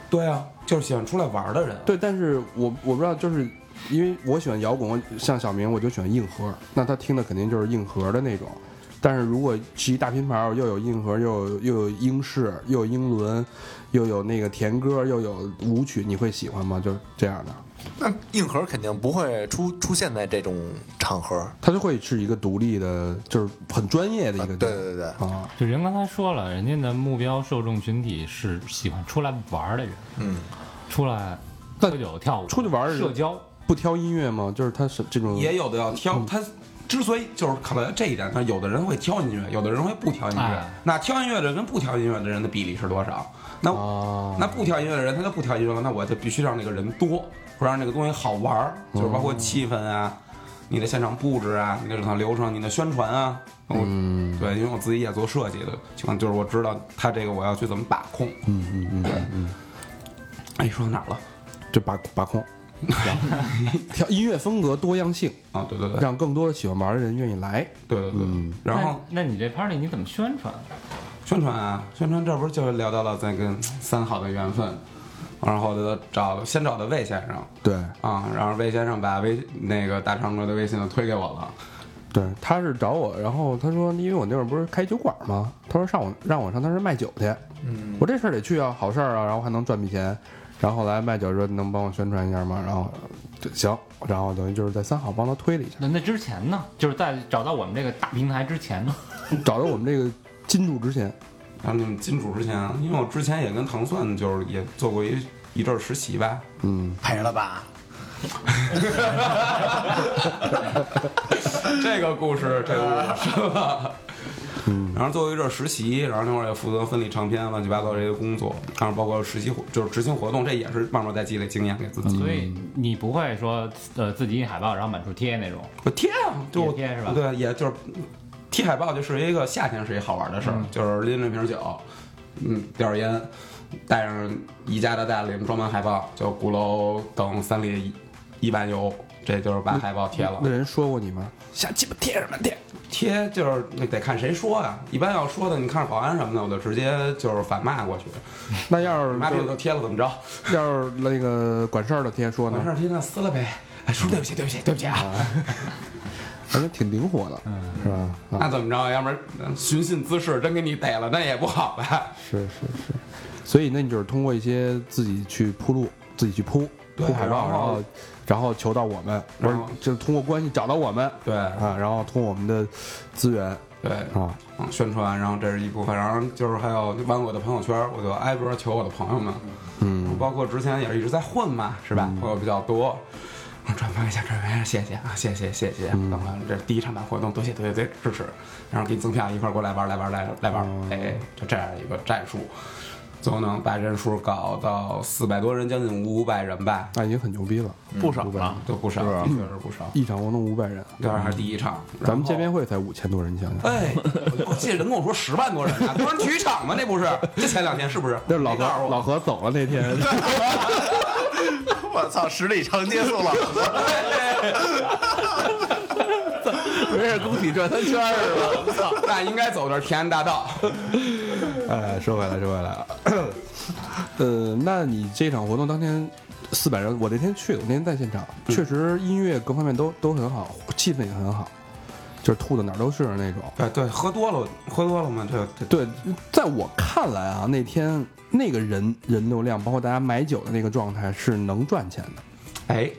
[SPEAKER 6] 对啊，就是喜欢出来玩的人。啊
[SPEAKER 2] 对，但是我我不知道，就是因为我喜欢摇滚，我像小明我就喜欢硬核，那他听的肯定就是硬核的那种。但是如果是一大拼盘儿，又有硬核，又有又有英式，又有英伦，又有那个甜歌，又有舞曲，你会喜欢吗？就是这样的，
[SPEAKER 5] 那硬核肯定不会出出现在这种场合。
[SPEAKER 2] 它就会是一个独立的，就是很专业的一
[SPEAKER 5] 啊
[SPEAKER 2] 个
[SPEAKER 5] 对
[SPEAKER 2] 东西。
[SPEAKER 5] 对对，
[SPEAKER 2] 啊，
[SPEAKER 4] 就人刚才说了，人家的目标受众群体是喜欢出来玩儿的人，
[SPEAKER 5] 嗯，
[SPEAKER 4] 出来
[SPEAKER 2] 但
[SPEAKER 4] 喝酒跳舞，
[SPEAKER 2] 出去玩儿的人
[SPEAKER 4] 社交。
[SPEAKER 2] 不挑音乐吗？就是它是这种
[SPEAKER 6] 也有的要挑他。之所以就是考虑到这一点，他有的人会挑音乐，有的人会不挑音乐。
[SPEAKER 4] 哎
[SPEAKER 6] 那挑音乐的跟不挑音乐的人的比例是多少？那、
[SPEAKER 2] 啊，
[SPEAKER 6] 那不挑音乐的人，他就不挑音乐了，那我就必须让这个人多，我让这个东西好玩儿，就是包括气氛啊，你的现场布置啊，你的整套流程，你的宣传啊。我
[SPEAKER 2] 嗯
[SPEAKER 6] 对，因为我自己也做设计的情况，就是我知道他这个我要去怎么把控。
[SPEAKER 2] 嗯嗯嗯嗯嗯，
[SPEAKER 6] 哎，说到哪儿了？
[SPEAKER 2] 就把把 控，挑音乐风格多样性，
[SPEAKER 6] 啊，对对对，
[SPEAKER 2] 让更多喜欢玩的人愿意来。
[SPEAKER 6] 对对对。
[SPEAKER 2] 嗯
[SPEAKER 6] 然后
[SPEAKER 4] 那，那你这 party 你怎么宣传？
[SPEAKER 6] 宣传啊，宣传这不是就是聊到了咱跟三好的缘分，然后就找先找的魏先生
[SPEAKER 2] 对
[SPEAKER 6] 啊，然后魏先生把微那个大长哥的微信就推给我了，
[SPEAKER 2] 对，他是找我，然后他说，因为我那会儿不是开酒馆吗？他说上我让我上他那儿卖酒去。
[SPEAKER 5] 嗯，
[SPEAKER 2] 我这事儿得去啊，好事儿啊，然后还能赚笔钱。然后后来卖酒说能帮我宣传一下吗？然后就行，然后等于就是在三好帮他推了一下，
[SPEAKER 4] 那那之前呢？就是在找到我们这个大平台之前呢？
[SPEAKER 2] 找到我们这个金主之前，
[SPEAKER 6] 然后你们金主之前，因为我之前也跟糖蒜就是也做过一一阵儿实习吧，
[SPEAKER 2] 嗯，
[SPEAKER 5] 赔了吧？
[SPEAKER 6] 这个故事，这个故事是吧？嗯，然后作为一阵儿实习，然后那会儿也负责分理唱片、乱七八糟这些工作，然后包括实习活就是执行活动，这也是慢慢在积累经验给自己。
[SPEAKER 4] 所以你不会说呃自己印海报然后满处贴那种？
[SPEAKER 6] 我贴啊，就我
[SPEAKER 4] 也贴是吧
[SPEAKER 6] 对，也就是贴海报，就是一个夏天是一好玩的事儿，就是拎着瓶酒，嗯，叼着烟，带上宜家的袋子里面装满海报，就鼓楼等三里一一万油，这就是把海报贴了
[SPEAKER 2] 那。人说过你吗？
[SPEAKER 6] 瞎鸡巴贴什么贴？贴就是那得看谁说呀、一般要说的，你看保安什么的，我就直接就是反骂过去，
[SPEAKER 2] 那要是
[SPEAKER 6] 妈逼我
[SPEAKER 2] 就
[SPEAKER 6] 都贴了怎么着？
[SPEAKER 2] 要是那个管事儿的贴说
[SPEAKER 6] 完事
[SPEAKER 2] 呢，
[SPEAKER 6] 儿贴那撕了呗。哎，叔，对不起，对不起，对不起啊！
[SPEAKER 2] 而且挺灵活的，是吧？啊，
[SPEAKER 6] 嗯那怎么着？要不然呃寻衅滋事真给你逮了，那也不好吧？
[SPEAKER 2] 是是是，所以那你就是通过一些自己去铺路，自己去铺
[SPEAKER 6] 对
[SPEAKER 2] 铺海报，
[SPEAKER 6] 然
[SPEAKER 2] 然
[SPEAKER 6] 后
[SPEAKER 2] 后然后求到我们，不是
[SPEAKER 6] 然后
[SPEAKER 2] 就是通过关系找到我们
[SPEAKER 6] 对
[SPEAKER 2] 啊，然后通过我们的资源
[SPEAKER 6] 对，
[SPEAKER 2] 啊，
[SPEAKER 6] 嗯，宣传，然后这是一部分，然后就是还有玩我的朋友圈，我就哎挨个求我的朋友们，
[SPEAKER 2] 嗯，
[SPEAKER 6] 包括之前也是一直在混嘛，是吧？朋友比较多，我转发一下，转发一下，谢谢啊， 谢谢谢谢，
[SPEAKER 2] 嗯
[SPEAKER 6] 等了这第一场版活动，多谢多谢多谢支持，然后给你赠票，一块儿过来玩来玩来来玩，
[SPEAKER 2] 哦
[SPEAKER 6] 哎，就这样一个战术，总能把人数搞到四百多人，将近五百人吧，
[SPEAKER 2] 那已经很牛逼了，
[SPEAKER 5] 嗯
[SPEAKER 7] 不少了。
[SPEAKER 6] 就不少，确实不少。
[SPEAKER 2] 一场活动五百人，
[SPEAKER 6] 这还是第一场，
[SPEAKER 2] 啊嗯咱们见
[SPEAKER 6] 面。
[SPEAKER 2] 面会才五千多人，你想想。
[SPEAKER 6] 哎，我记得人跟我说十万多人呢，不是体育场吗？那不是， 这前两天是不是？
[SPEAKER 2] 那老何
[SPEAKER 6] 没告诉我
[SPEAKER 2] 老何走了那天，
[SPEAKER 5] 我操，十里长街送老 婆，
[SPEAKER 7] 没事，工体转三圈儿是吧？
[SPEAKER 6] 那应该走的是平安大道。
[SPEAKER 2] 哎，说回来说回来 啊，呃，那你这场活动当天四百人，我那天去的，我那天在现场，
[SPEAKER 6] 嗯
[SPEAKER 2] 确实音乐各方面都都很好，气氛也很好，就是吐的哪儿都是那种。
[SPEAKER 6] 哎对对，喝多了，喝多了嘛，这这
[SPEAKER 2] 对，在我看来啊，那天那个人人流量，包括大家买酒的那个状态，是能赚钱的。
[SPEAKER 6] 哎，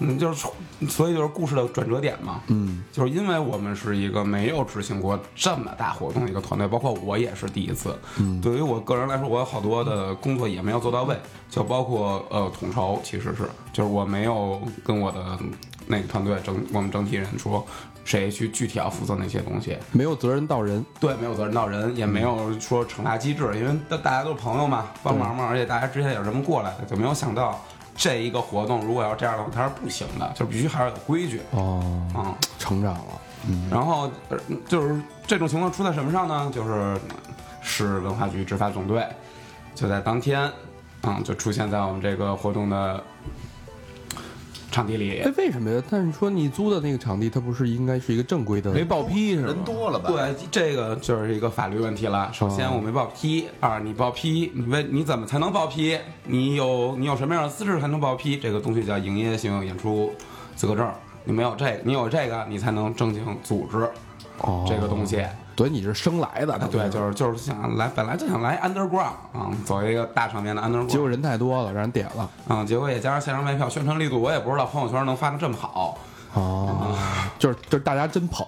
[SPEAKER 6] 嗯，就是所以就是故事的转折点嘛。
[SPEAKER 2] 嗯，
[SPEAKER 6] 就是因为我们是一个没有执行过这么大活动的一个团队，包括我也是第一次。嗯，对于我个人来说，我有好多的工作也没有做到位，就包括呃统筹，其实是就是我没有跟我的那个团队整我们整体人说谁去具体要负责哪些东西。
[SPEAKER 2] 没有责任到人，
[SPEAKER 6] 对，没有责任到人，也没有说惩罚机制，因为大大家都是朋友嘛，帮忙嘛，而且大家之前也是这么过来的，就没有想到这一个活动如果要这样的话，它是不行的，就必须还是有规矩。
[SPEAKER 2] 哦，
[SPEAKER 6] 嗯，
[SPEAKER 2] 成长了。
[SPEAKER 6] 然后呃就是这种情况出在什么上呢？就是市文化局执法总队就在当天，嗯，就出现在我们这个活动的场地里
[SPEAKER 2] 哎。，为什么呀？但是说你租的那个场地，它不是应该是一个正规的？
[SPEAKER 3] 没报批是吧？
[SPEAKER 7] 人多了吧？，
[SPEAKER 6] 对，这个就是一个法律问题了。首先我没报批，二你报批，你为你怎么才能报批？你有你有什么样的资质才能报批？这个东西叫营业性演出资格证。你没有这个，你有这个，你才能正经组织
[SPEAKER 2] 哦，
[SPEAKER 6] 这个东西。
[SPEAKER 2] 所以你是生来的
[SPEAKER 6] 啊，，对，就是就是想来，本来就想来 underground 啊，走一个大场面的 underground，
[SPEAKER 2] 结果人太多了，让人点了。
[SPEAKER 6] 嗯，结果也加上线上卖票，宣传力度我也不知道朋友圈能发的这么好
[SPEAKER 2] 哦， 就是就是大家真捧，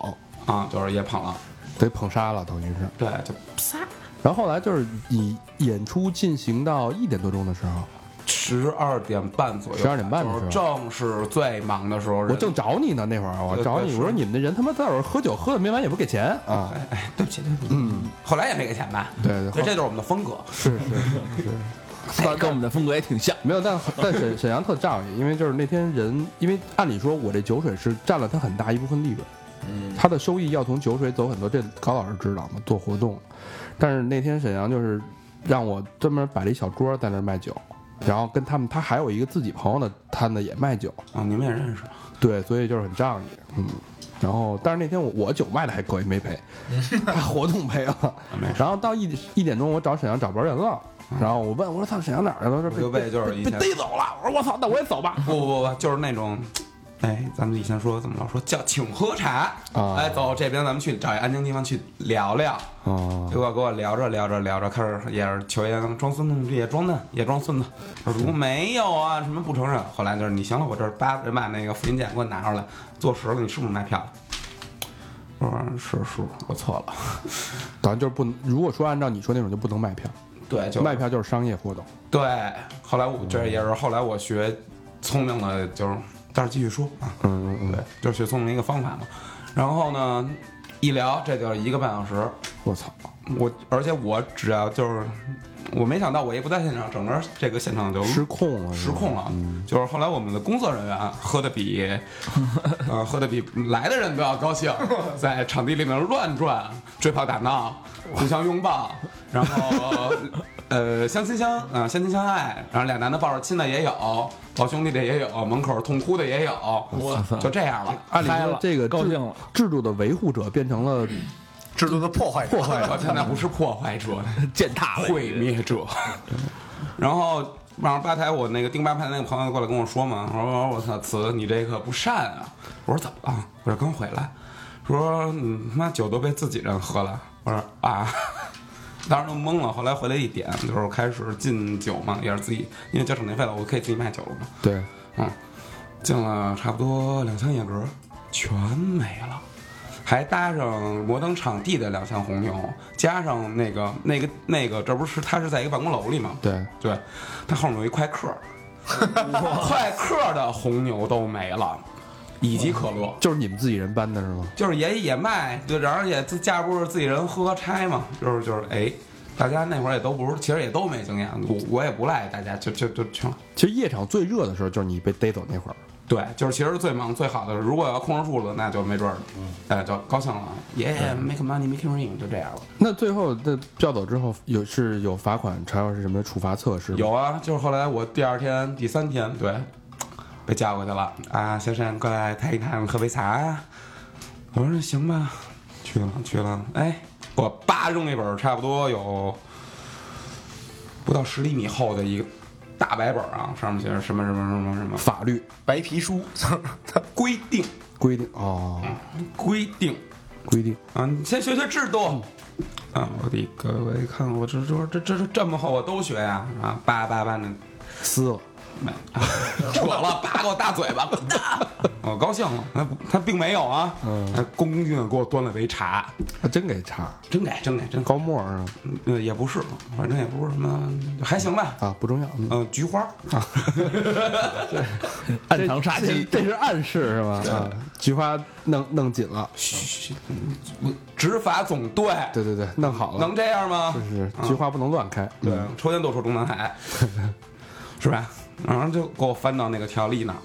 [SPEAKER 6] 啊，就是也捧了，
[SPEAKER 2] 得捧杀了，等于是。
[SPEAKER 6] 对，就
[SPEAKER 2] 然后后来就是你演出进行到一点多钟的时候，
[SPEAKER 6] 十二点半左右，
[SPEAKER 2] 12点半的时候
[SPEAKER 6] 就是正是最忙的时候，
[SPEAKER 2] 我正找你呢，那会儿我找你，
[SPEAKER 6] 对
[SPEAKER 2] 我说
[SPEAKER 6] 是
[SPEAKER 2] 你们那人他妈在会儿喝酒喝的没完也不给钱 啊！
[SPEAKER 6] 后来也没给钱吧？
[SPEAKER 2] 对对
[SPEAKER 6] 这这就是我们的风格，
[SPEAKER 2] 是是
[SPEAKER 7] 哎跟我们的风格也挺像。
[SPEAKER 2] 没有，但但沈沈阳特仗义，因为就是那天人，因为按理说我这酒水是占了他很大一部分利润，嗯，他的收益要从酒水走很多，这高老师知道嘛，做活动，但是那天沈阳就是让我专门摆了一小桌在那儿卖酒，然后跟他们，他还有一个自己朋友的摊子也卖酒，
[SPEAKER 6] 啊，你们也认识，
[SPEAKER 2] 对，所以就是很仗义，嗯。然后，但是那天我我酒卖的还可以，没 赔，他活动赔
[SPEAKER 7] 啊
[SPEAKER 2] 了。然后到一一点钟，我找沈阳找不着人了。
[SPEAKER 7] 嗯
[SPEAKER 2] 然后我问我说：“操，沈阳哪儿去了？”他说：“
[SPEAKER 6] 我就被就是以
[SPEAKER 2] 被
[SPEAKER 6] 前
[SPEAKER 2] 逮走了。”我说：“我操，那我也走吧。
[SPEAKER 6] 不不不，就是那种。哎，咱们以前说怎么老说叫请喝茶
[SPEAKER 2] 啊
[SPEAKER 6] 哎，走这边咱们去找一安静地方去聊聊。”
[SPEAKER 7] 嗯
[SPEAKER 2] 哦，
[SPEAKER 6] 结果给我聊着聊着聊着，开始也是求爷装孙子，也装嫩，也装孙子。我说没有啊，什么不承认。后来就是你行了，我这儿叭人把那个复印件给我拿出来，坐实了，你是不是卖票了？我说是叔，我错了。
[SPEAKER 2] 咱就是不能，如果说按照你说那种，就不能卖票，
[SPEAKER 6] 对，就
[SPEAKER 2] 卖票就是商业活动。
[SPEAKER 6] 对。后来我这也是后来我学聪明了，就是但是继续说啊，
[SPEAKER 2] 嗯嗯，
[SPEAKER 6] 对，就是学聪明的一个方法嘛。然后呢，一聊这就是一个半小时，
[SPEAKER 2] 我操，
[SPEAKER 6] 我而且我只要就是我没想到我一不在现场，整个这个现场就
[SPEAKER 2] 失控了，嗯
[SPEAKER 6] 失控了，就是后来我们的工作人员喝 的比，呃，喝的比来的人都要高兴，在场地里面乱转、追跑打闹、互相拥抱，然后呃相亲相呃相亲相爱，然后俩男的抱着亲的也有，抱兄弟的也有，门口痛哭的 也有，就这样了。
[SPEAKER 2] 按理
[SPEAKER 7] 嗨
[SPEAKER 2] 说
[SPEAKER 7] 了
[SPEAKER 2] 这个
[SPEAKER 7] 高
[SPEAKER 2] 制
[SPEAKER 7] 兴了嗯
[SPEAKER 2] 制度的维护者变成了
[SPEAKER 7] 制度的破坏者、
[SPEAKER 6] 破坏者 现在不是破坏者，
[SPEAKER 7] 践踏了
[SPEAKER 6] 毁灭者。 然后晚上吧台，我那个丁八派那个朋友过来跟我说嘛，我说我操，词你这个不善啊！我说怎么了？我说刚回来，说你他妈酒都被自己人喝了。我说啊。 当时都懵了，后来回来一点，就是开始进酒嘛，也是自己，因为交场内费了，我可以自己卖酒了嘛。
[SPEAKER 2] 对
[SPEAKER 6] 嗯，进了差不多两箱野格，全没了，还搭上摩登场地的两箱红牛，加上那个那个那个，这不是他是在一个办公楼里吗？
[SPEAKER 2] 对，
[SPEAKER 6] 对，他后面有一快客，快客的红牛都没了，以及可乐。
[SPEAKER 2] 就是你们自己人搬的是吗？
[SPEAKER 6] 就是也也卖，对，然后也自架不住自己人喝拆嘛，就是就是哎，大家那会儿也都不是，其实也都没经验，我我也不赖大家，就就就全
[SPEAKER 2] 其实夜场最热的时候就是你被逮走那会儿。
[SPEAKER 6] 对，就是其实最忙最好的，如果要控制住了，那就没准儿，哎，就高兴了，耶、yeah,，make money，make money，就这样了。
[SPEAKER 2] 那最后那票走之后有是有罚款，还有是什么处罚措施？
[SPEAKER 6] 有啊，就是后来我第二天、第三天，对，被叫过去了啊，先生过来谈一谈，喝杯茶呀。我说行吧，去了去了，哎，我扒扔一本差不多有不到十厘米厚的一个大白本儿啊，上面写着什么什么什么什么
[SPEAKER 2] 法律
[SPEAKER 7] 白皮书，
[SPEAKER 6] 规定
[SPEAKER 2] 规定哦，
[SPEAKER 6] 规定。
[SPEAKER 2] 规定
[SPEAKER 6] 啊，你先学学制度。啊，我的各位看，我这这这这这这么厚，我都学呀！啊，叭叭叭的，
[SPEAKER 2] 撕了。
[SPEAKER 6] 没，扯了，叭给我大嘴巴，滚蛋！我高兴了，他他并没有啊，
[SPEAKER 2] 嗯
[SPEAKER 6] 他恭恭敬敬给我端了杯茶，
[SPEAKER 2] 啊，真给查
[SPEAKER 6] 真给真给真高，
[SPEAKER 2] 高沫儿啊
[SPEAKER 6] 呃，也不是，反正也不是什么，还行吧。
[SPEAKER 2] 啊，不重要。嗯
[SPEAKER 6] 嗯，菊花啊，
[SPEAKER 7] 暗藏杀机。
[SPEAKER 2] 这是暗示是吧？啊，菊花弄弄紧了，
[SPEAKER 6] 执法总队
[SPEAKER 2] 对对对，弄好了，
[SPEAKER 6] 能这样吗？
[SPEAKER 2] 就是
[SPEAKER 6] 啊
[SPEAKER 2] 菊花不能乱开。
[SPEAKER 6] 对
[SPEAKER 2] 嗯，
[SPEAKER 6] 抽烟斗出中南海， 是吧？然后就给我翻到那个条例那儿，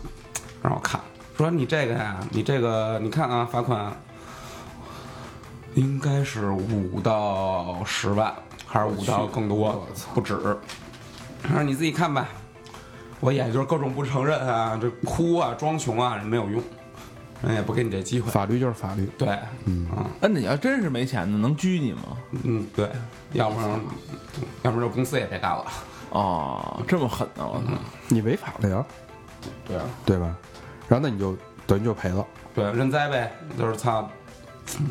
[SPEAKER 6] 让我看，说你这个呀，你这个你看啊，罚款应该是五到十万，还是五到更多，不止。反正你自己看吧。我也就是各种不承认啊，这哭啊，装穷啊，没有用，人也不给你这机会。
[SPEAKER 2] 法律就是法律，
[SPEAKER 6] 对，嗯
[SPEAKER 7] 那
[SPEAKER 3] 哎
[SPEAKER 7] 你要真是没钱呢，能拘你吗？
[SPEAKER 6] 嗯，对，要不然，要不然这公司也别干了。
[SPEAKER 7] 哦，这么狠呢、我操！
[SPEAKER 2] 你违法了呀，
[SPEAKER 6] 对啊，
[SPEAKER 2] 对吧？然后那你就等于就赔了。
[SPEAKER 6] 对，认栽呗，就是操，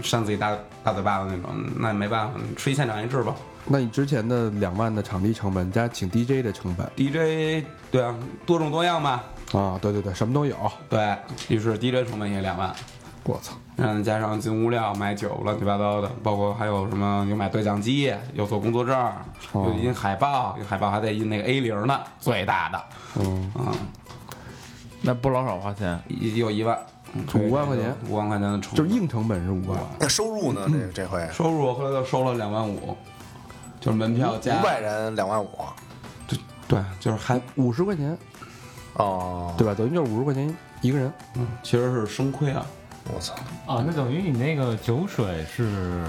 [SPEAKER 6] 扇自己大大嘴巴子那种，那也没办法，吃一堑长一智吧。
[SPEAKER 2] 那你之前的两万的场地成本加请 DJ 的成本
[SPEAKER 6] DJ，对啊，多种多样嘛，
[SPEAKER 2] 啊，对对对，什么都有。
[SPEAKER 6] 对于是 DJ 成本也两万，
[SPEAKER 2] 我操，
[SPEAKER 6] 嗯，加上进物料、买酒、乱七八糟的，包括还有什么有买对讲机，有做工作证，
[SPEAKER 2] 哦
[SPEAKER 6] 有印海报，有海报还得印那个 A 零呢，最大的，
[SPEAKER 2] 嗯，
[SPEAKER 6] 嗯，
[SPEAKER 7] 那不老少花钱。
[SPEAKER 6] 一有一万，
[SPEAKER 2] 五万块钱，
[SPEAKER 6] 五万块钱的成
[SPEAKER 2] 就是
[SPEAKER 6] 本，
[SPEAKER 2] 硬成本是五万，
[SPEAKER 5] 那收入呢？这这回
[SPEAKER 6] 收入后来就收了两万五，就是门票加
[SPEAKER 5] 五百人两万五，
[SPEAKER 6] 对对，就是还
[SPEAKER 2] 五十块钱，
[SPEAKER 5] 哦，
[SPEAKER 2] 对吧？等于就是五十块钱一个人。
[SPEAKER 6] 嗯其实是生亏啊，
[SPEAKER 5] 我操，
[SPEAKER 4] 啊，那等于你那个酒水是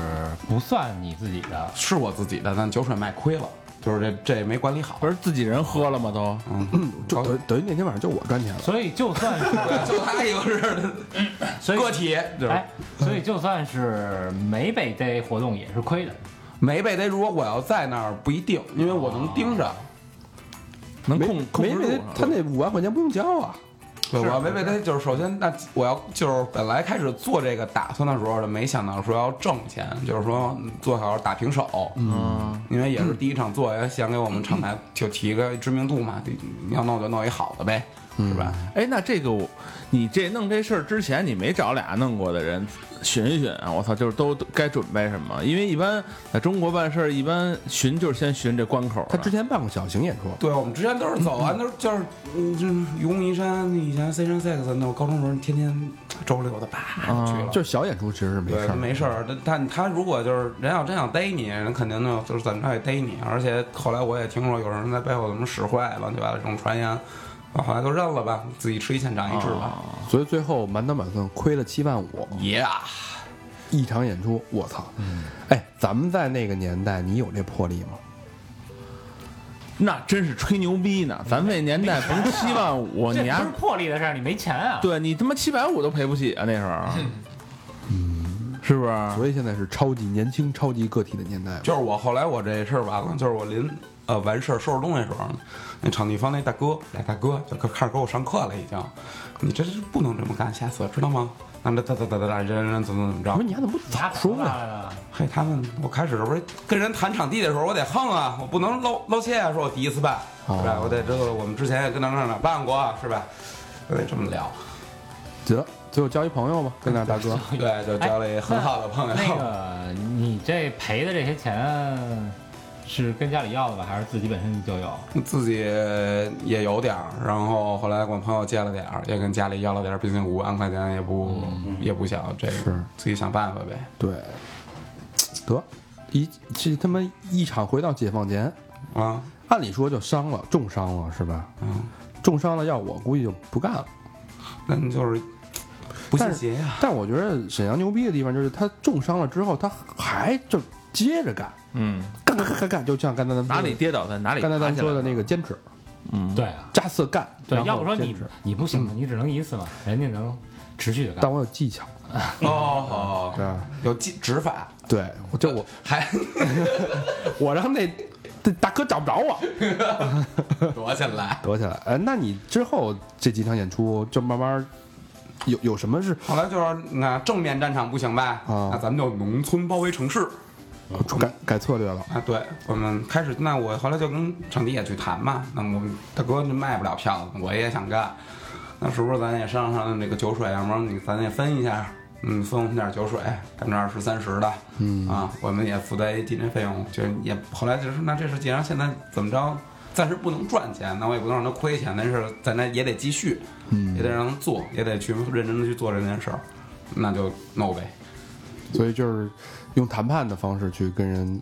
[SPEAKER 4] 不算你自己的，
[SPEAKER 6] 是我自己的，但酒水卖亏了，就是这这没管理好
[SPEAKER 7] 不。是自己人喝了吗？都
[SPEAKER 6] 嗯，
[SPEAKER 2] 就等于等于那天晚上就我赚钱了。
[SPEAKER 4] 所以就算 是
[SPEAKER 6] 就他一个人
[SPEAKER 4] 所以
[SPEAKER 6] 个体，就是
[SPEAKER 4] 哎，所以就算是没被逮活动也是亏的。
[SPEAKER 6] 没被逮。如果我要在那儿，不一定，因为我能盯着。
[SPEAKER 7] 能
[SPEAKER 2] 没
[SPEAKER 7] 控控
[SPEAKER 2] 没
[SPEAKER 7] 制住啊
[SPEAKER 2] 没
[SPEAKER 7] 是吧
[SPEAKER 2] 他那五万块钱不用交啊，
[SPEAKER 6] 对，我要没被逮，就是首先，那我要就是本来开始做这个打算的时候，就没想到说要挣钱，就是说做好打平手。嗯，因为也是第一场做，也哎想给我们厂牌就提个知名度嘛，你要弄就弄一好的呗，是吧？
[SPEAKER 7] 哎，那这个我，你这弄这事儿之前，你没找俩弄过的人寻一寻啊？我操，就是都该准备什么？因为一般在中国办事儿，一般寻就是先寻这关口儿的。
[SPEAKER 2] 他之前办过小型演出，
[SPEAKER 6] 对，我们之前都是走完，都是就是，嗯，就是愚公移山，以前 C 山 sex，那我高中时候天天周六的啪就去了，
[SPEAKER 2] 啊就是小演出其实是没
[SPEAKER 6] 对，
[SPEAKER 2] 事儿，嗯
[SPEAKER 6] 没事儿。但他他如果就是人要真想逮你，人肯定就就是怎么着也逮你。而且后来我也听说有人在背后怎么使坏，乱七八糟这种传言，啊后来就认了吧，自己吃一堑长一智吧。
[SPEAKER 2] 所以最后满打满算亏了七万五
[SPEAKER 6] 耶、
[SPEAKER 2] 一场演出，我操！哎，咱们在那个年代，你有这魄力吗？
[SPEAKER 7] 那真是吹牛逼呢！咱们那年代甭七万五，
[SPEAKER 4] 这
[SPEAKER 7] 你
[SPEAKER 4] 不
[SPEAKER 7] 丫
[SPEAKER 4] 是魄力的事儿，你没钱啊？
[SPEAKER 7] 对你他妈七百五都赔不起啊！那时候，
[SPEAKER 2] 嗯
[SPEAKER 7] 是啊不是？
[SPEAKER 2] 所以现在是超级年轻、超级个体的年代嘛。
[SPEAKER 6] 就是我后来我这事儿完了，就是我临呃完事儿收拾东西的时候，那场地方那大哥，那大哥就开始给我上课了，已经。你这是不能这么干，下次知道吗？那么哒哒哒哒哒，人人怎么怎么着？
[SPEAKER 2] 我说你还怎么不早说呢？
[SPEAKER 4] 呢？
[SPEAKER 6] 嘿，他们，我开始不是跟人谈场地的时候，我得横啊，我不能露露怯啊，说我第一次办，是吧？我得这个，我们之前也跟哪哪哪办过，是吧？我得这么聊。
[SPEAKER 2] 得，最后交一朋友吧，跟那大 哥。
[SPEAKER 6] 对，就交了一很好的朋友。
[SPEAKER 4] 那个，你这赔的这些钱是跟家里要的吧，还是自己本身就有？
[SPEAKER 6] 自己也有点儿，然后后来管朋友借了点儿，也跟家里要了点儿，毕竟五万块钱也不、也不小，这
[SPEAKER 2] 是
[SPEAKER 6] 自己想办法呗。
[SPEAKER 2] 对，得一这他妈一场回到解放前，
[SPEAKER 6] 啊，
[SPEAKER 2] 按理说就伤了，重伤了是吧？
[SPEAKER 6] 嗯，
[SPEAKER 2] 重伤了，要我估计就不干了。
[SPEAKER 6] 那你就是不信
[SPEAKER 2] 但是
[SPEAKER 6] 邪呀、
[SPEAKER 2] 但我觉得沈阳牛逼的地方就是他重伤了之后，他还就接着干，
[SPEAKER 7] 嗯，
[SPEAKER 2] 干干干干干，就像刚才咱们
[SPEAKER 7] 哪里跌倒在哪里爬
[SPEAKER 2] 刚
[SPEAKER 7] 起
[SPEAKER 2] 才
[SPEAKER 7] 来。
[SPEAKER 2] 咱们说的那个坚持，
[SPEAKER 4] 对啊，
[SPEAKER 2] 扎刺干，
[SPEAKER 4] 对，
[SPEAKER 2] 然
[SPEAKER 4] 要
[SPEAKER 2] 后
[SPEAKER 4] 不说
[SPEAKER 2] 坚
[SPEAKER 4] 你
[SPEAKER 2] 持
[SPEAKER 4] 你不行，你只能一次嘛，人家能持续的干
[SPEAKER 2] 但。我有技巧，
[SPEAKER 6] 哦，
[SPEAKER 2] 对吧
[SPEAKER 6] 有技执法，
[SPEAKER 2] 对，我就我
[SPEAKER 6] 还
[SPEAKER 2] 我让那那大哥找不着我，
[SPEAKER 6] 躲起来。
[SPEAKER 2] 躲起来。哎，那你之后这几场演出就慢慢有有什么是
[SPEAKER 6] 后来就是那正面战场不行呗，
[SPEAKER 2] 啊
[SPEAKER 6] 那咱们就农村包围城市
[SPEAKER 2] 改改策略了？
[SPEAKER 6] 啊。对，我们开始，那我后来就跟场地也去谈嘛。那我们大哥就卖不了票了，我也想干，那是不是咱也上上那个酒水？要不然你咱也分一下，嗯，分我们点酒水，百分之二十三十的，嗯啊，我们也负担一纪念费用。就是也后来就是那这是既然现在怎么着，暂时不能赚钱，那我也不能让他亏钱，但是咱那也得继续，嗯，也得让他做，也得去认真的去做这件事儿，那就弄呗。
[SPEAKER 2] 所以就是用谈判的方式去跟人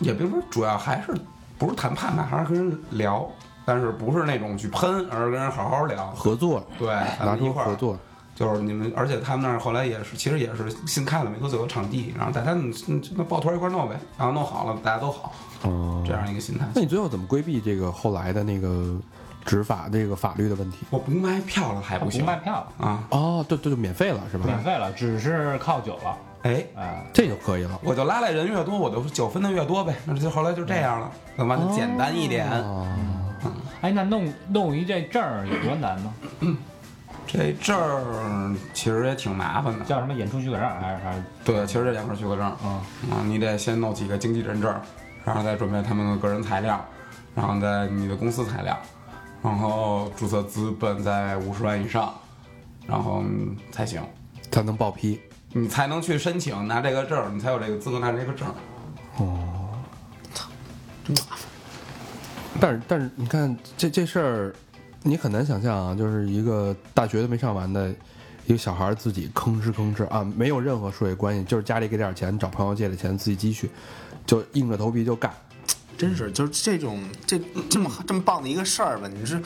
[SPEAKER 6] 也并不是主要还是不是谈判吧，还是跟人聊，但是不是那种去喷，而是跟人好好聊。
[SPEAKER 2] 合作，
[SPEAKER 6] 对，咱
[SPEAKER 2] 拿
[SPEAKER 6] 们一
[SPEAKER 2] 出
[SPEAKER 6] 块
[SPEAKER 2] 合
[SPEAKER 6] 儿
[SPEAKER 2] 作。
[SPEAKER 6] 就是你们，而且他们那儿后来也是，其实也是新开了没多久的场地，然后大家你你那抱团一块儿弄呗，然后弄好了大家都好，
[SPEAKER 2] 哦
[SPEAKER 6] 这样一个心态。
[SPEAKER 2] 那你最后怎么规避这个后来的那个执法这个法律的问题？
[SPEAKER 6] 我不卖票了还不
[SPEAKER 4] 不
[SPEAKER 6] 行
[SPEAKER 4] 卖票了，
[SPEAKER 6] 啊？
[SPEAKER 2] 哦，对对，就免费了是吧
[SPEAKER 4] 免？费了，只是靠酒了
[SPEAKER 6] 哎，
[SPEAKER 4] 啊。
[SPEAKER 2] 这就可以了。
[SPEAKER 6] 我就拉来人越多，我就酒分的越多呗。那就后来就这样了，那么简单一点。
[SPEAKER 2] 哦
[SPEAKER 4] 哎，那弄弄一这证儿有多难呢？
[SPEAKER 6] 这证儿其实也挺麻烦的。
[SPEAKER 4] 叫什么演出许可证还是还是
[SPEAKER 6] 对，其实这两份许可证，
[SPEAKER 4] 嗯
[SPEAKER 6] 啊，你得先弄几个经纪人证，然后再准备他们的个人材料，然后再你的公司材料，然后注册资本在五十万以上，然后嗯才行，
[SPEAKER 2] 才能报批。
[SPEAKER 6] 你才能去申请拿这个证，你才有这个资格拿这个证。
[SPEAKER 2] 但是但是你看这这事儿，你很难想象啊，就是一个大学都没上完的一个小孩儿自己吭哧吭哧啊，没有任何社会关系，就是家里给点儿钱，找朋友借点钱，自己积蓄，就硬着头皮就干。
[SPEAKER 5] 真是就是这种这这么这么棒的一个事儿吧？你是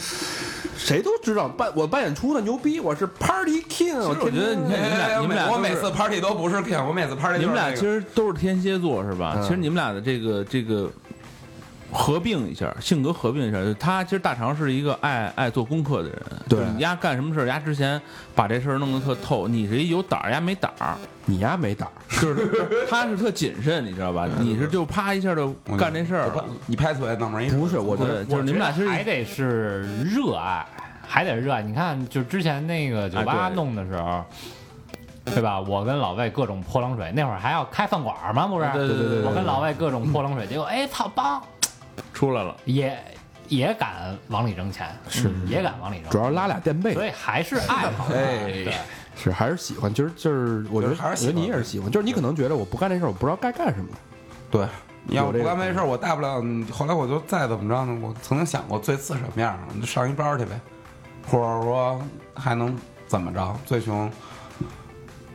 [SPEAKER 2] 谁都知道办我办演出的牛逼，我是 Party King，我
[SPEAKER 7] 我
[SPEAKER 2] 天
[SPEAKER 7] 觉得你看你们
[SPEAKER 6] 哎
[SPEAKER 7] 俩，你们俩
[SPEAKER 6] 我
[SPEAKER 7] 都是
[SPEAKER 6] 每次 party 都不是 king，我每次 party
[SPEAKER 7] 你们俩
[SPEAKER 6] 就
[SPEAKER 7] 其
[SPEAKER 6] 是
[SPEAKER 7] 实都是天蝎座是
[SPEAKER 2] 嗯
[SPEAKER 7] 吧？其实你们俩的这个这个合并一下，性格合并一下，就他其实大肠是一个爱爱做功课的人，
[SPEAKER 2] 对
[SPEAKER 7] 就是你丫干什么事儿，丫之前把这事儿弄得特透，你是一有胆儿，丫没胆儿，
[SPEAKER 2] 你丫没胆儿，嗯
[SPEAKER 7] 就是他是特谨慎，你知道吧？你是就啪一下就
[SPEAKER 6] 那个
[SPEAKER 7] 干这事儿
[SPEAKER 6] 我，怕你拍腿脑门一
[SPEAKER 2] 不是我觉得
[SPEAKER 7] 对，就是你们俩其实
[SPEAKER 4] 还得是热爱，还得是热爱。你看，就之前那个酒吧
[SPEAKER 7] 哎对
[SPEAKER 4] 弄的时候。对吧？我跟老魏各种泼冷水，那会儿还要开饭馆嘛，不是？
[SPEAKER 7] 对对对对对
[SPEAKER 4] 我跟老魏各种泼冷 水，结果哎，操，帮
[SPEAKER 7] 出来了。
[SPEAKER 4] 也也敢往里扔钱，是也敢往里扔，
[SPEAKER 2] 主要是拉俩垫背
[SPEAKER 4] 所，以还是爱好。
[SPEAKER 7] 哎
[SPEAKER 4] 对，
[SPEAKER 2] 是还是喜欢，就是就是，我觉得
[SPEAKER 6] 就是还是喜
[SPEAKER 2] 我觉得
[SPEAKER 6] 欢
[SPEAKER 2] 你也是喜欢，就是你可能觉得我不干这事儿，我不知道该干什么。
[SPEAKER 6] 对，你要
[SPEAKER 2] 有这
[SPEAKER 6] 不
[SPEAKER 2] 个
[SPEAKER 6] 干没事儿，我大不了嗯后来我就再怎么着呢，我曾经想过最次什么样儿，我就上一班儿去呗，或者说还能怎么着，最穷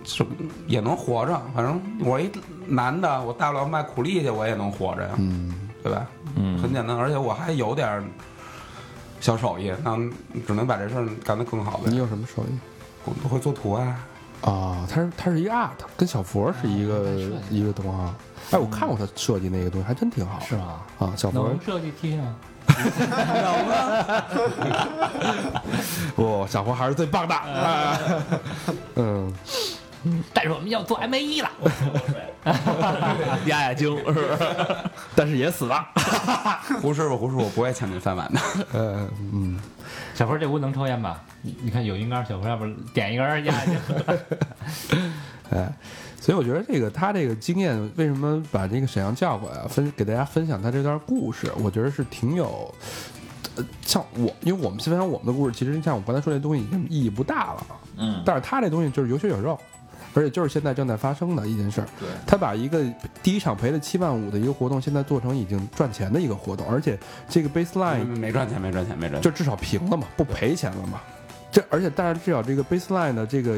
[SPEAKER 6] 是也能活着，反正我一男的，我大不了卖苦力去，我也能活着呀，
[SPEAKER 2] 嗯，
[SPEAKER 6] 对吧？
[SPEAKER 7] 嗯
[SPEAKER 6] 很简单，而且我还有点儿小手艺，那只能把这事儿干得更好呗
[SPEAKER 2] 你。有什么手艺？
[SPEAKER 6] 我我会做图案，
[SPEAKER 2] 啊，他是他是一个 art，跟小佛是一
[SPEAKER 6] 啊
[SPEAKER 2] 个、一个东啊。哎，我看过他设计那个东西，还真挺好。
[SPEAKER 4] 是？吗？
[SPEAKER 2] 啊，小佛
[SPEAKER 4] 能设计 T 吗？
[SPEAKER 2] 不、小佛还是最棒的。啊、 嗯，
[SPEAKER 4] 但是我们要做 M A 一了，
[SPEAKER 7] 压压惊是不是？但是也死了。
[SPEAKER 6] 胡师傅，胡师傅，我不爱抢您饭碗的。
[SPEAKER 2] 呃，嗯，
[SPEAKER 4] 小佛这屋能抽烟吧？你你看有烟杆，小佛要不点一 根压去。
[SPEAKER 2] 哎，所以我觉得这个他这个经验，为什么把这个沈阳叫过来啊，分给大家分享他这段故事，我觉得是挺有。呃，像我，因为我们分享我们的故事，其实像我刚才说这东西已经意义不大了，
[SPEAKER 7] 嗯，
[SPEAKER 2] 但是他这东西就是有血有肉，而且就是现在正在发生的一件事儿。对，他把一个第一场赔了七万五的一个活动，现在做成已经赚钱的一个活动，而且这个 baseline
[SPEAKER 6] 没赚钱，没赚钱，没赚钱。
[SPEAKER 2] 就至少平了嘛，不赔钱了嘛。这而且但是至少这个 baseline 的这个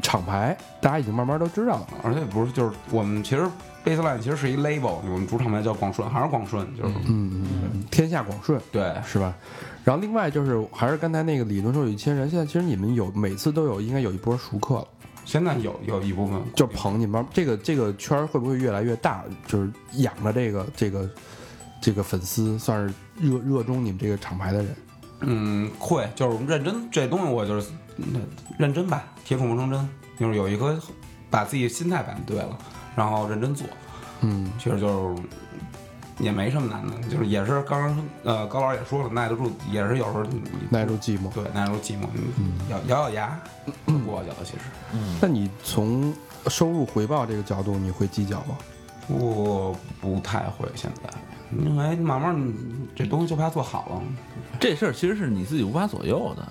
[SPEAKER 2] 厂牌，大家已经慢慢都知道了。
[SPEAKER 6] 而且不是，就是我们其实 baseline 其实是一 label，我们主场牌叫广顺，还是广顺，就是、
[SPEAKER 2] 嗯，嗯，天下广顺
[SPEAKER 6] 对，
[SPEAKER 2] 是吧？然后另外就是还是刚才那个理论说有一千人，现在其实你们有每次都有应该有一波熟客了。
[SPEAKER 6] 现在有有一部分
[SPEAKER 2] 就捧你们这个这个圈儿会不会越来越大？就是养着这个这个这个粉丝，算是热热衷你们这个厂牌的人。
[SPEAKER 6] 嗯会，就是我们认真这东西，我就是嗯认真吧，铁杵磨成针，就是有一颗把自己心态摆对了，然后认真做，
[SPEAKER 2] 嗯，
[SPEAKER 6] 其实就是也没什么难的，就是也是刚刚呃高老师也说了，耐得住，也是有时候你
[SPEAKER 2] 耐住寂寞。
[SPEAKER 6] 对耐得住寂寞，
[SPEAKER 2] 嗯
[SPEAKER 6] 你咬咬咬牙就过去了，其实。
[SPEAKER 2] 那你从收入回报这个角度，你会计较吗？
[SPEAKER 6] 我不太会现在，因为慢慢你这东西就怕做好了。
[SPEAKER 7] 这事儿其实是你自己无法左右的，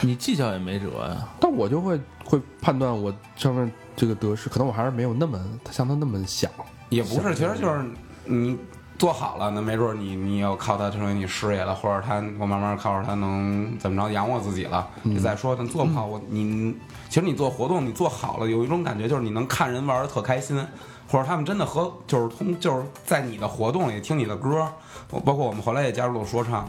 [SPEAKER 7] 你计较也没辙呀。
[SPEAKER 2] 但我就会会判断我上面这个得失，可能我还是没有那么像他那么想。
[SPEAKER 6] 也不是，其实就是你做好了，那没准你你要靠它成为你事业了，或者它我慢慢靠着它能怎么着养我自己了。你再说，但做不好我你其实你做活动你做好了，有一种感觉就是你能看人玩的特开心，或者他们真的和就是通就是在你的活动里听你的歌，包括我们后来也加入了说唱。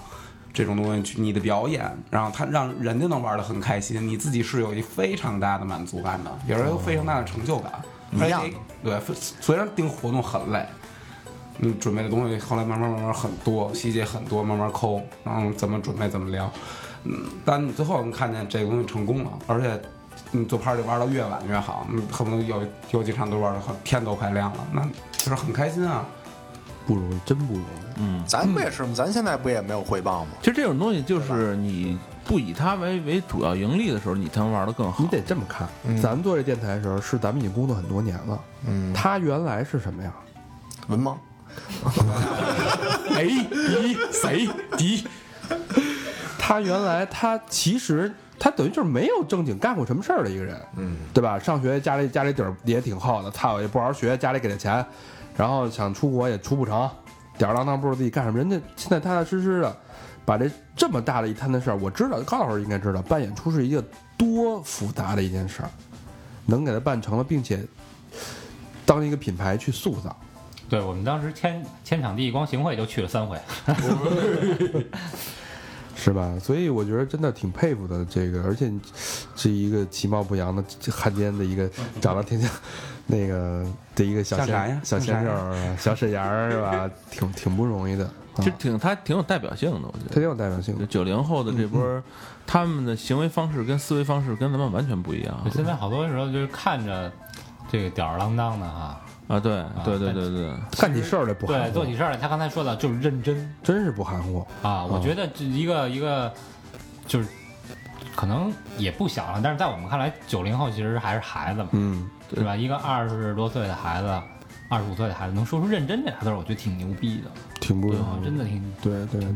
[SPEAKER 6] 这种东西去你的表演，然后他让人家能玩的很开心，你自己是有一非常大的满足感的，也是有非常大的成就感。
[SPEAKER 5] 嗯一样
[SPEAKER 6] 而且对，虽然盯活动很累，你准备的东西后来慢慢慢慢很多，细节很多，慢慢抠，然后怎么准备怎么聊，嗯，但你最后能看见这个东西成功了，而且你做 party 玩到越晚越好，嗯，恨不得有有几场都玩到很天都快亮了，那就是很开心啊。
[SPEAKER 2] 不容易，真不容易。
[SPEAKER 5] 咱不也是吗？咱现在不也没有回报吗？
[SPEAKER 7] 嗯其实这种东西就是你不以它为为主要盈利的时候，你才能玩得更好。
[SPEAKER 2] 你得这么看，咱们做这电台的时候，是咱们已经工作很多年了。嗯，他原来是什么呀？
[SPEAKER 5] 文盲，
[SPEAKER 2] 哎，敌谁敌？他原来他其实他等于就是没有正经干过什么事儿的一个人，嗯，对吧？上学家里家里底儿也挺厚的，操也不好好学，家里给的钱，然后想出国也出不成，吊儿郎当不知道自己干什么。人家现在踏踏实实的把这这么大的一摊子事儿，我知道高老师应该知道，办演出是一个多复杂的一件事儿，能给他办成了，并且当一个品牌去塑造。
[SPEAKER 4] 对我们当时签签场地，光行贿就去了 三回。
[SPEAKER 2] 是吧？所以我觉得真的挺佩服的，这个，而且你是一个其貌不扬的汉奸的一个，长得挺像那个的一个小
[SPEAKER 6] 像啥呀
[SPEAKER 2] 鲜小鲜肉儿啊，小沈阳儿是吧？挺挺不容易的，啊
[SPEAKER 7] 其实挺他挺有代表性的，我觉
[SPEAKER 2] 他
[SPEAKER 7] 得
[SPEAKER 2] 挺有代表性
[SPEAKER 7] 就
[SPEAKER 2] 的。
[SPEAKER 7] 九零后的这波
[SPEAKER 2] 嗯
[SPEAKER 7] 儿，他们的行为方式跟思维方式跟咱们完全不一样
[SPEAKER 4] 现在好多时候就是看着这个吊儿郎当的啊，
[SPEAKER 7] 啊！对对对
[SPEAKER 4] 但
[SPEAKER 7] 对对，
[SPEAKER 2] 干起事儿来不含
[SPEAKER 4] 对，做
[SPEAKER 2] 糊，
[SPEAKER 4] 起事儿来，他刚才说的就是认真
[SPEAKER 2] 真是不含糊。
[SPEAKER 4] 啊。我
[SPEAKER 2] 嗯
[SPEAKER 4] 觉得这一个一个就是可能也不小了，但是在我们看来，九零后其实还是孩子嘛，
[SPEAKER 2] 嗯，
[SPEAKER 4] 是吧？一个二十多岁的孩子，二十五岁的孩子能说出“认真”这俩字儿，我觉得挺牛逼的
[SPEAKER 2] 挺不容
[SPEAKER 4] 啊，
[SPEAKER 2] 易。
[SPEAKER 4] 真的挺。
[SPEAKER 2] 对对对，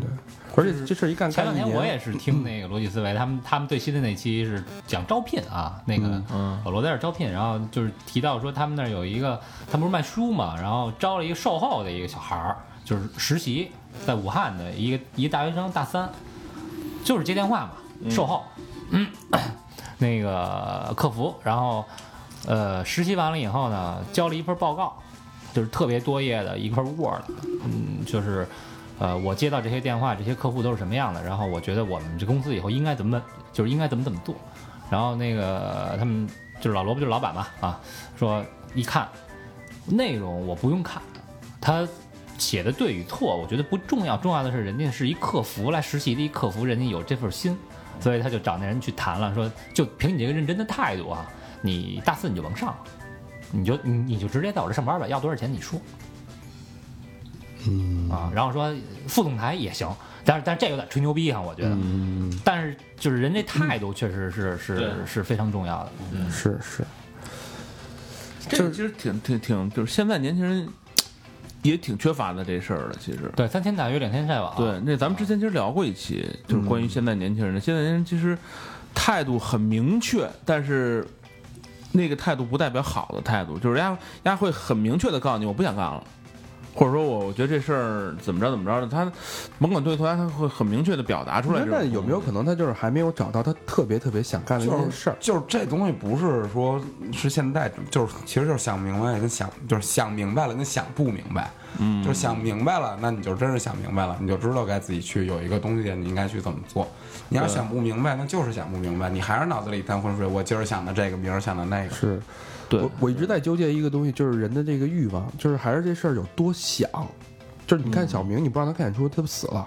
[SPEAKER 2] 而且这事儿一干
[SPEAKER 4] 前
[SPEAKER 2] 干
[SPEAKER 4] 两
[SPEAKER 2] 一
[SPEAKER 4] 天我
[SPEAKER 2] 年，
[SPEAKER 4] 也是听那个逻辑思维，他们他们最新的那期是讲招聘啊，那个
[SPEAKER 7] 嗯，
[SPEAKER 4] 老罗在这儿招聘，然后就是提到说他们那儿有一个，他们不是卖书嘛，然后招了一个售后的一个小孩儿，就是实习，在武汉的一个一个大学生，大三，就是接电话嘛，售后，嗯，那个客服，然后呃，实习完了以后呢，交了一份报告，就是特别多页的一份 Word，嗯，就是。呃，我接到这些电话，这些客户都是什么样的？然后我觉得我们这公司以后应该怎么，就是应该怎么怎么做。然后那个他们就是老罗不就是老板嘛啊，说一看内容我不用看，他写的对与错我觉得不重要，重要的是人家是一客服来实习的一客服，人家有这份心，所以他就找那人去谈了，说就凭你这个认真的态度啊，你大四你就甭上了，你就你你就直接在我这上班吧，要多少钱你说。嗯啊，然后说副总裁也行，但是但是这有点吹牛逼哈、我觉得。但是就是人这态度确实是是
[SPEAKER 7] 对
[SPEAKER 4] 是非常重要的。
[SPEAKER 2] 是是，
[SPEAKER 7] 这个其实挺挺挺，就是现在年轻人也挺缺乏的这事儿的，其实。
[SPEAKER 4] 对，三天打鱼两天晒网。啊
[SPEAKER 2] 啊
[SPEAKER 7] 对，那咱们之前其实聊过一期，
[SPEAKER 2] 嗯
[SPEAKER 7] 就是关于现在年轻人的。现在年轻人其实态度很明确，但是那个态度不代表好的态度，就是人家人家会很明确的告诉你，我不想干了。或者说我我觉得这事儿怎么着怎么着的，他甭管对错，他会很明确的表达出来。嗯
[SPEAKER 2] 那有没有可能他就是还没有找到他特别特别想干的一
[SPEAKER 6] 就
[SPEAKER 2] 件
[SPEAKER 6] 是
[SPEAKER 2] 事儿？
[SPEAKER 6] 就是这东西不是说是现在，就是其实就是想明白跟想就是想明白了跟想不明白，嗯，就是想明白了，那你就真是想明白了，你就知道该自己去有一个东西你应该去怎么做。你要想不明白，那就是想不明白，你还是脑子里一滩浑水。我今儿想的这个，明儿想的那个，
[SPEAKER 2] 是，
[SPEAKER 7] 对
[SPEAKER 2] 我我一直在纠结一个东西，就是人的这个欲望，就是还是这事儿有多想，就是你看小明，你不让他看演出，他不死了，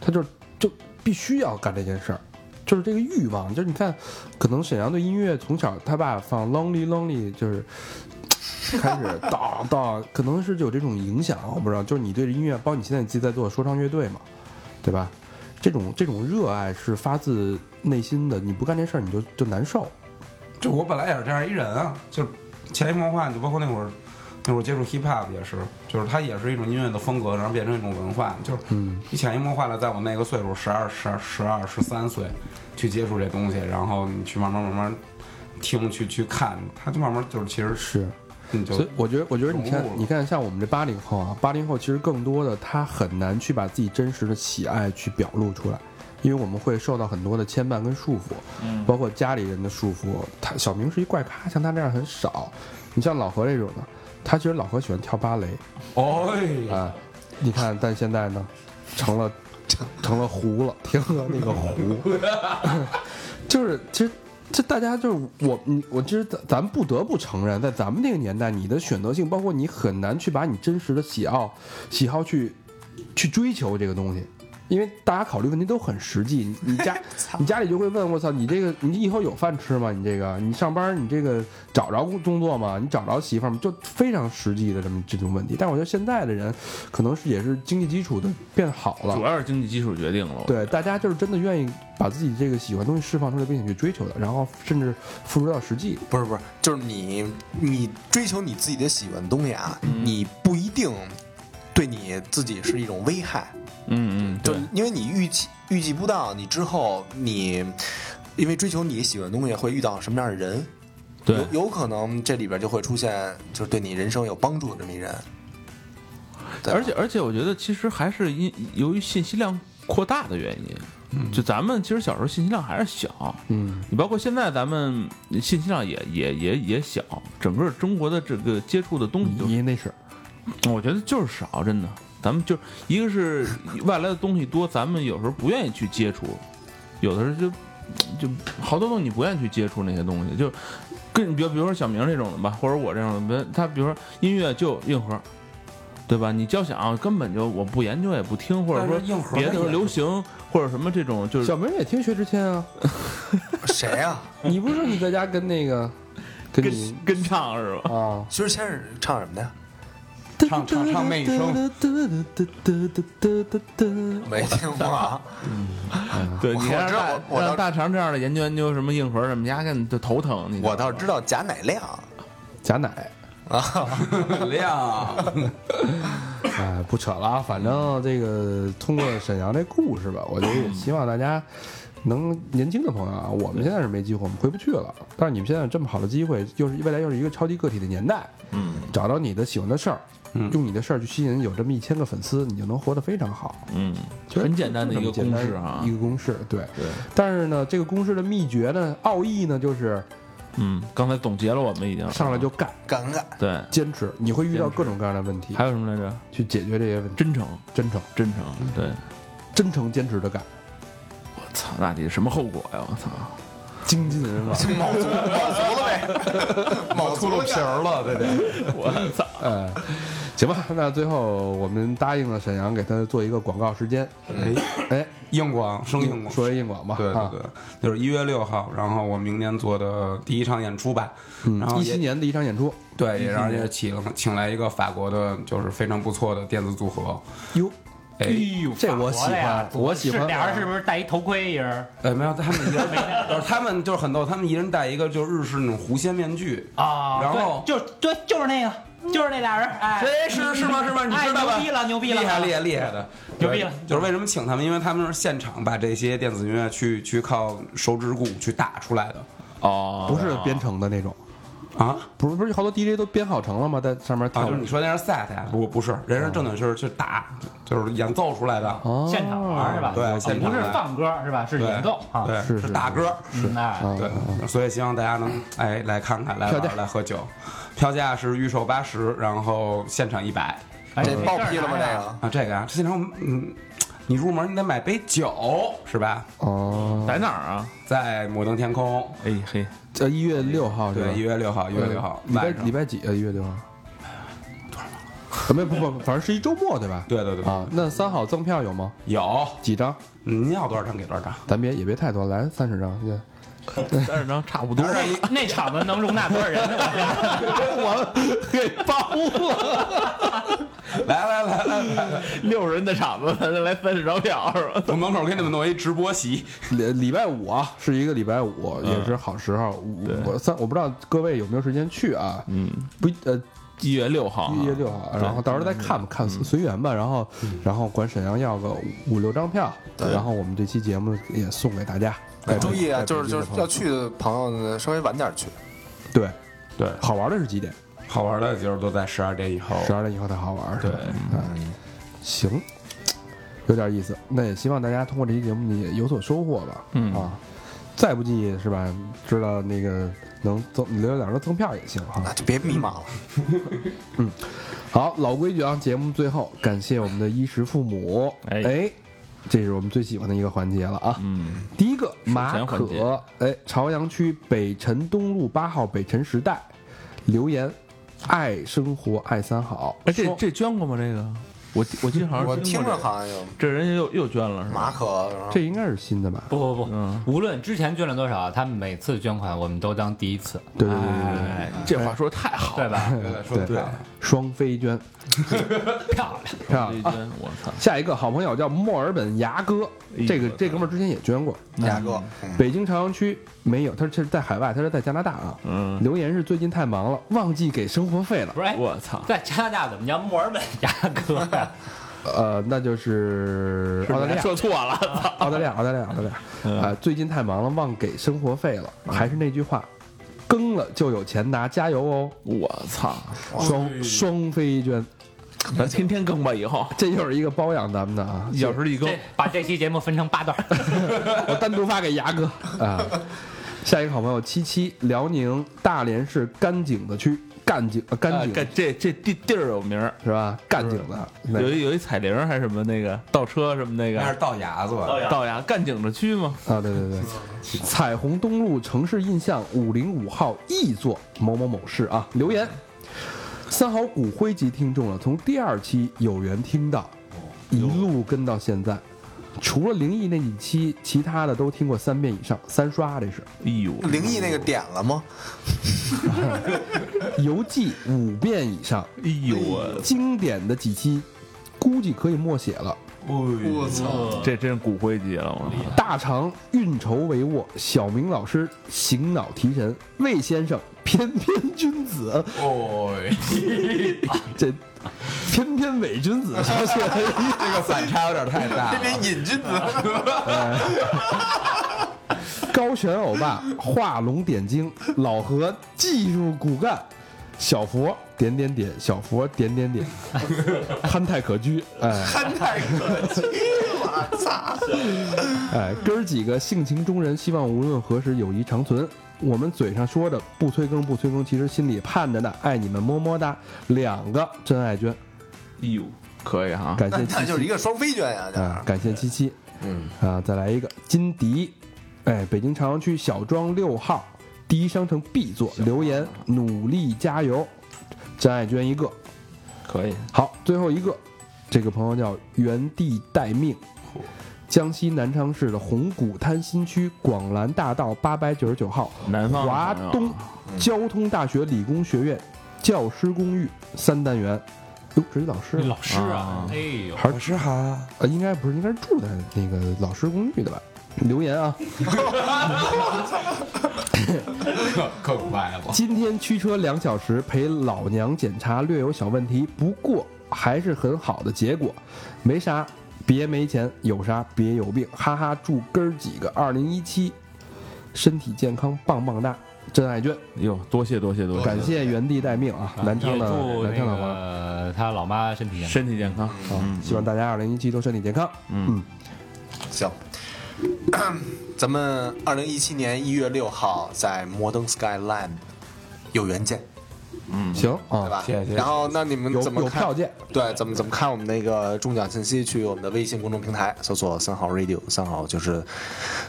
[SPEAKER 2] 他就就必须要干这件事儿，就是这个欲望，就是你看，可能沈阳对音乐从小他爸放 Lonely Lonely 就是。 开始到到，可能是有这种影响，我不知道。就是你对音乐，包括你现在自己在做说唱乐队嘛，对吧？这种这种热爱是发自内心的，你不干这事儿你就就难受。
[SPEAKER 6] 就我本来也是这样一人啊，就是潜移默化，就包括那会儿，那会儿接触 hip hop 也是，就是它也是一种音乐的风格，然后变成一种文化，就是
[SPEAKER 2] 嗯
[SPEAKER 6] 你潜移默化的，在我那个岁数，十二、十十二、十三岁，去接触这东西，然后你去慢慢慢慢听，去去看，它就慢慢就是其实
[SPEAKER 2] 是，
[SPEAKER 6] 你就
[SPEAKER 2] 所以我觉得，我觉得你看
[SPEAKER 6] 融入，了
[SPEAKER 2] 你看，像我们这八零后啊，八零后其实更多的他很难去把自己真实的喜爱去表露出来，因为我们会受到很多的牵绊跟束缚，
[SPEAKER 6] 嗯
[SPEAKER 2] 包括家里人的束缚。他小明是一怪咖，像他这样很少。你像老何这种的，他其实老何喜欢跳芭蕾
[SPEAKER 6] 哦，
[SPEAKER 2] 啊，你看，但现在呢，成了 成了糊了，天鹅那个糊， 就是其实。这大家就是我，你我其实咱咱们不得不承认，在咱们那个年代，你的选择性，包括你很难去把你真实的喜好喜好去去追求这个东西，因为大家考虑问题都很实际。你你家你家里就会问我操，你这个你以后有饭吃吗？你这个你上班你这个找着工作吗？你找着媳妇儿吗？就非常实际的这么这种问题。但我觉得现在的人可能是也是经济基础的变好了，
[SPEAKER 7] 主要是经济基础决定了。
[SPEAKER 2] 对，大家就是真的愿意把自己这个喜欢的东西释放出来，并且去追求的，然后甚至付出到实际。
[SPEAKER 5] 不是不是，就是你你追求你自己的喜欢的东西啊，你不一定对你自己是一种危害，
[SPEAKER 7] 嗯嗯，
[SPEAKER 5] 就
[SPEAKER 7] 对，
[SPEAKER 5] 因为你预计预计不到你之后你因为追求你喜欢的东西会遇到什么样的人，
[SPEAKER 7] 对
[SPEAKER 5] 有有可能这里边就会出现就是对你人生有帮助的这么一 人，对吧
[SPEAKER 7] 而且而且，我觉得其实还是因由于信息量扩大的原因。就咱们其实小时候信息量还是小，
[SPEAKER 2] 嗯，
[SPEAKER 7] 你包括现在咱们信息量也也也也小，整个中国的这个接触的东西
[SPEAKER 2] 你那是
[SPEAKER 7] 就，我觉得就是少，真的。咱们就一个是外来的东西多，咱们有时候不愿意去接触，有的时候就就好多东西你不愿意去接触那些东西，就跟比如比如说小明这种的吧，或者我这种的，他比如说音乐就硬核，对吧？你交响根本就我不研究也不听，或者
[SPEAKER 6] 但
[SPEAKER 7] 说
[SPEAKER 6] 是硬核
[SPEAKER 7] 别的
[SPEAKER 6] 它也
[SPEAKER 7] 流行或者什么这种就是
[SPEAKER 2] 小明也听薛之谦啊，
[SPEAKER 5] 谁啊？
[SPEAKER 2] 你不是说你在家跟那个跟
[SPEAKER 7] 跟
[SPEAKER 2] 你
[SPEAKER 7] 跟唱是 吧？
[SPEAKER 2] 啊？
[SPEAKER 5] 薛之谦是唱什么的呀？
[SPEAKER 4] 唱唱唱媚声，
[SPEAKER 5] 没听过啊，
[SPEAKER 7] 对，
[SPEAKER 5] 我
[SPEAKER 7] 你看
[SPEAKER 5] 我知道
[SPEAKER 7] 让
[SPEAKER 5] 我我
[SPEAKER 7] 让
[SPEAKER 5] 倒
[SPEAKER 7] 大肠这样的研究研究什么硬核什么，压根就头疼。你知道吗
[SPEAKER 5] 我倒知道贾乃亮。
[SPEAKER 2] 贾乃，
[SPEAKER 6] 很亮，
[SPEAKER 2] 哎，不扯了啊，反正这个通过沈阳这故事吧，我觉得也希望大家能年轻的朋友啊，我们现在是没机会，我们回不去了。但是你们现在有这么好的机会，又是未来又是一个超级个体的年代，嗯，找到你的喜欢的事儿，用你的事儿去吸引有这么一千个粉丝，你就能活得非常好。
[SPEAKER 7] 嗯，
[SPEAKER 2] 其实
[SPEAKER 7] 很简单的
[SPEAKER 2] 就
[SPEAKER 7] 一
[SPEAKER 2] 这
[SPEAKER 7] 个
[SPEAKER 2] 么简
[SPEAKER 7] 公
[SPEAKER 2] 单
[SPEAKER 7] 式啊
[SPEAKER 2] 一，个公式，对。但是呢，这个公式的秘诀呢，奥义呢，就是
[SPEAKER 7] 嗯，刚才总结了我们已经
[SPEAKER 2] 上来就干，
[SPEAKER 5] 尴 尬，
[SPEAKER 7] 对，
[SPEAKER 2] 坚持，你会遇到各种各样的问题
[SPEAKER 7] 还，有什么来着？
[SPEAKER 2] 去解决这些问题，
[SPEAKER 7] 真诚，
[SPEAKER 2] 真诚，
[SPEAKER 7] 真诚，
[SPEAKER 2] 嗯
[SPEAKER 7] 对，
[SPEAKER 2] 真诚坚持的干。
[SPEAKER 7] 我操，那得什么后果呀？我操，
[SPEAKER 2] 精进 人了，
[SPEAKER 5] 就卯足卯足了呗，卯足了皮儿了，对对。
[SPEAKER 7] 我操，
[SPEAKER 2] 呃，行吧，那最后我们答应了沈阳给他做一个广告时间，
[SPEAKER 6] 哎，
[SPEAKER 2] 哎，
[SPEAKER 6] 硬广生硬广。
[SPEAKER 2] 说一硬广吧，
[SPEAKER 6] 对对
[SPEAKER 2] 啊
[SPEAKER 6] 对，，就是一月六号，然后我明年做的第一场演出吧，然后
[SPEAKER 2] 嗯一
[SPEAKER 6] 也
[SPEAKER 2] 七年的一场演出，
[SPEAKER 6] 对，也让人家请请来一个法国的，就是非常不错的电子组合。
[SPEAKER 2] 哟，
[SPEAKER 6] 哎，
[SPEAKER 4] 呦
[SPEAKER 2] 这我喜欢
[SPEAKER 4] 法国的呀
[SPEAKER 2] 我喜欢啊
[SPEAKER 4] 是俩人是不是戴一头盔一人
[SPEAKER 6] 呃，没有，他们一 人就是他们就是很逗，他们一人戴一个就是日式那种狐仙面具
[SPEAKER 4] 啊？
[SPEAKER 6] 然后
[SPEAKER 4] 对就对，就是那个，就是那俩人，哎，
[SPEAKER 6] 哎，是是吗？是吗？你
[SPEAKER 4] 哎
[SPEAKER 6] 知道吧？
[SPEAKER 4] 牛逼了牛逼了
[SPEAKER 6] 厉害厉害厉害的，
[SPEAKER 4] 牛逼了
[SPEAKER 6] 对就是为什么请他们？因为他们是现场把这些电子音乐去去靠手指鼓去打出来的
[SPEAKER 7] 哦，
[SPEAKER 2] 不是编程的那种，
[SPEAKER 6] 啊
[SPEAKER 2] 不是不是好多 DJ 都编好程了吗？在上面
[SPEAKER 6] 啊！
[SPEAKER 2] 跳
[SPEAKER 6] 就是你说那是 set 呀？不不是，人是正经就是去打，就是演奏出来的。
[SPEAKER 2] 哦
[SPEAKER 4] 啊现场玩是吧？
[SPEAKER 6] 对
[SPEAKER 4] 啊
[SPEAKER 6] 现场
[SPEAKER 4] 不是
[SPEAKER 6] 玩
[SPEAKER 4] 放歌是吧？是演奏啊。
[SPEAKER 6] 对，
[SPEAKER 2] 是是
[SPEAKER 6] 是啊打歌。
[SPEAKER 4] 嗯，那
[SPEAKER 6] 对，
[SPEAKER 2] 哦
[SPEAKER 6] 所以希望大家能哎来看看，来
[SPEAKER 2] 票价
[SPEAKER 6] 玩，来喝酒。票价是预售八十，然后现场一百
[SPEAKER 4] 哎
[SPEAKER 5] 这
[SPEAKER 4] 没
[SPEAKER 5] 报
[SPEAKER 4] 事儿
[SPEAKER 5] 批了吗？
[SPEAKER 4] 拿着
[SPEAKER 5] 这
[SPEAKER 6] 啊。这个啊，这现场我们嗯，你入门你得买杯酒是吧？
[SPEAKER 2] 哦，
[SPEAKER 7] 在哪儿啊？
[SPEAKER 6] 在摩登天空，
[SPEAKER 7] 哎嘿，
[SPEAKER 2] 这一月六号是吧
[SPEAKER 6] 对，一？月六号，一月六号
[SPEAKER 2] 礼拜
[SPEAKER 6] 晚上
[SPEAKER 2] 礼。拜几啊？一月六号？呃多少？没不不，反正是一周末对吧？
[SPEAKER 6] 对对对，
[SPEAKER 2] 啊，那三好赠票有吗？
[SPEAKER 6] 有，嗯
[SPEAKER 2] 几张？
[SPEAKER 6] 你要多少张给多少张。
[SPEAKER 2] 咱别也别太多，来三十张。对
[SPEAKER 7] 三十张差不多，
[SPEAKER 4] 那那场子能容纳多少人呢？
[SPEAKER 2] 哎
[SPEAKER 6] 来来来来来，
[SPEAKER 7] 六十人的场子，咱就来三十张票是吧？
[SPEAKER 6] 我门口给你们弄一直播席，
[SPEAKER 2] 礼礼拜五啊，是一个礼拜五，也是好时候。我我三我不知道各位有没有时间去啊？嗯，不呃，
[SPEAKER 7] 一月六号啊，
[SPEAKER 2] 一月六号，然后到时候再看吧，看随缘吧。然后然后管沈阳要个五五六张票，然后我们这期节目也送给大家。哎
[SPEAKER 5] 注意啊，
[SPEAKER 2] 哎
[SPEAKER 5] 就是就是要去的朋友呢稍微晚点去。
[SPEAKER 2] 对
[SPEAKER 6] 对
[SPEAKER 2] 好玩的是几点？
[SPEAKER 6] 好玩的就是都在十二点以后。
[SPEAKER 2] 十二点以后才好玩，是吧？
[SPEAKER 7] 哦对
[SPEAKER 2] 嗯，行，有点意思。那也希望大家通过这期节目也有所收获吧。
[SPEAKER 7] 嗯
[SPEAKER 2] 啊，再不济是吧？知道那个能赠留两张赠票也行哈
[SPEAKER 5] 那。就别迷茫了，
[SPEAKER 2] 好，老规矩啊，节目最后感谢我们的衣食父母。
[SPEAKER 7] 哎
[SPEAKER 2] 哎，这是我们最喜欢的一个环节了啊。
[SPEAKER 7] 嗯，
[SPEAKER 2] 第一个马
[SPEAKER 7] 前环节
[SPEAKER 2] 可，哎，朝阳区北辰东路八号北辰时代留言，爱生活爱三好。
[SPEAKER 7] 哎，这
[SPEAKER 2] 说
[SPEAKER 7] 这捐过吗？这个，我记我记得好像
[SPEAKER 5] 我听
[SPEAKER 7] 过
[SPEAKER 5] 着
[SPEAKER 7] 这
[SPEAKER 5] 好像有
[SPEAKER 7] 这人又又捐了是吧？
[SPEAKER 5] 马可，然后
[SPEAKER 2] 这应该是新的吧？
[SPEAKER 4] 不不不，
[SPEAKER 7] 嗯
[SPEAKER 4] 无论之前捐了多少，他们每次捐款我们都当第一次，
[SPEAKER 2] 对对对对对，
[SPEAKER 7] 哎，这话说得太好
[SPEAKER 4] 对
[SPEAKER 7] 了，
[SPEAKER 4] 吧？
[SPEAKER 6] 对说
[SPEAKER 2] 对
[SPEAKER 6] 的对了，
[SPEAKER 2] 双飞娟
[SPEAKER 4] 漂亮，
[SPEAKER 2] 漂
[SPEAKER 7] 这一
[SPEAKER 2] 亮。
[SPEAKER 7] 捐，我操！
[SPEAKER 2] 下一个好朋友叫墨尔本牙哥，
[SPEAKER 7] 哎
[SPEAKER 2] 这个这哥们儿之前也捐过。
[SPEAKER 5] 雅哥，嗯
[SPEAKER 2] 北京朝阳区没有，他是这是在海外，他是在加拿大啊。
[SPEAKER 7] 嗯，
[SPEAKER 2] 留言是最近太忙了，忘记给生活费了。
[SPEAKER 4] 不是？哎
[SPEAKER 7] 我操！
[SPEAKER 4] 在加拿大怎么叫墨尔本牙哥 呀？
[SPEAKER 2] 呃，那就是澳大利亚，
[SPEAKER 7] 嗯说嗯错了，
[SPEAKER 2] 澳大利亚，澳大 利亚，澳大利亚。啊，最近太忙了，忘给生活费了。
[SPEAKER 7] 嗯
[SPEAKER 2] 还是那句话，更了就有钱拿，加油哦！
[SPEAKER 7] 我操！
[SPEAKER 2] 双双飞娟，
[SPEAKER 7] 咱天天更吧，以 后
[SPEAKER 2] 这又是一个包养咱们的啊，
[SPEAKER 7] 一小时一更
[SPEAKER 4] 这。把这期节目分成八段儿，
[SPEAKER 2] 我单独发给牙哥啊。下一个好朋友七七，辽宁大连市甘井子区，甘井呃甘
[SPEAKER 7] 啊
[SPEAKER 2] 井
[SPEAKER 7] 干这这地地儿有名儿，
[SPEAKER 2] 是吧？甘井的那
[SPEAKER 7] 有一有一彩铃儿还是什么那个倒车什么那
[SPEAKER 6] 那是
[SPEAKER 7] 个
[SPEAKER 6] 倒牙子吧？
[SPEAKER 7] 倒牙干井着区吗？
[SPEAKER 2] 啊，对对对，彩虹东路城市印象五零五号 E 座某某某市啊，留言，三好骨灰级听众了，从第二期有缘听到，一路跟到现在，除了灵异那几期，其他的都听过三遍以上，三刷这是。
[SPEAKER 7] 哎呦，
[SPEAKER 5] 嗯灵异那个点了吗？
[SPEAKER 2] 游记五遍以上，
[SPEAKER 7] 哎呦我，
[SPEAKER 2] 经典的几期，估计可以默写了。
[SPEAKER 5] 我 操！
[SPEAKER 7] 这真是骨灰级了，我操！
[SPEAKER 2] 大肠运筹帷幄，小明老师醒脑提神，魏先生翩翩君子，
[SPEAKER 6] 哦，
[SPEAKER 2] 这翩翩伪君子，
[SPEAKER 6] 这个反差有点太大
[SPEAKER 5] 这
[SPEAKER 6] 了。
[SPEAKER 5] 边瘾君子，
[SPEAKER 2] 高悬欧巴画龙点睛，老何技术骨干，小佛点点点，小佛点点点，憨态可掬，哎
[SPEAKER 5] 憨态可掬，我操！
[SPEAKER 2] 哎，哥儿几个性情中人，希望无论何时友谊长存。我们嘴上说着不催更不催更，其实心里盼着呢，爱你们么么哒。两个真爱捐，
[SPEAKER 7] 哎呦，可以哈，
[SPEAKER 2] 感
[SPEAKER 5] 啊那
[SPEAKER 2] 谢
[SPEAKER 5] 那
[SPEAKER 2] 七
[SPEAKER 5] 就是一
[SPEAKER 2] 七
[SPEAKER 5] 个双飞娟呀，这
[SPEAKER 2] 啊
[SPEAKER 5] 是，
[SPEAKER 2] 感谢七七。
[SPEAKER 5] 嗯，
[SPEAKER 2] 啊，再来一个金迪，哎，北京朝阳区小庄六号第一商城 B 座留言，努力加油，真爱捐一个。
[SPEAKER 7] 可以，
[SPEAKER 2] 好，最后一个，这个朋友叫原地待命，江西南昌市的红谷滩新区广兰大道八百九十九号，
[SPEAKER 7] 南方的
[SPEAKER 2] 华
[SPEAKER 7] 朋友啊
[SPEAKER 2] 东交通大学理工学院教师公寓三单元。哟，这是老师啊，
[SPEAKER 4] 老师啊，哎呦，
[SPEAKER 2] 还是
[SPEAKER 6] 好，
[SPEAKER 2] 呃，应该不是，应该是住在那个老师公寓的吧？留言啊，
[SPEAKER 6] 可快了。
[SPEAKER 2] 今天驱车两小时陪老娘检查，略有小问题，不过还是很好的结果，没啥，别没钱，有啥别有病，哈哈，祝哥儿几个二零一七身体健康，棒棒哒，真爱娟，
[SPEAKER 7] 哟，多谢多谢多谢，
[SPEAKER 2] 感谢原地待命啊，南昌
[SPEAKER 4] 也
[SPEAKER 2] 的
[SPEAKER 4] 祝
[SPEAKER 2] 南
[SPEAKER 4] 那
[SPEAKER 2] 昌的王啊
[SPEAKER 4] 个他老妈身体健康。
[SPEAKER 7] 身体健康，，
[SPEAKER 2] 希望大家二零一七都身体健康，嗯，
[SPEAKER 5] 行。咱们二零一七年一月六号在摩登 Skyline 有缘见，
[SPEAKER 2] 行
[SPEAKER 5] 对
[SPEAKER 2] 啊
[SPEAKER 5] 吧，？
[SPEAKER 6] 谢谢
[SPEAKER 5] 然后那你们
[SPEAKER 2] 有
[SPEAKER 5] 怎么
[SPEAKER 2] 有
[SPEAKER 5] 看
[SPEAKER 2] 票见，
[SPEAKER 5] 对，怎么怎么看我们那个中奖信息？去我们的微信公众平台搜索“三好 radio”，三好就是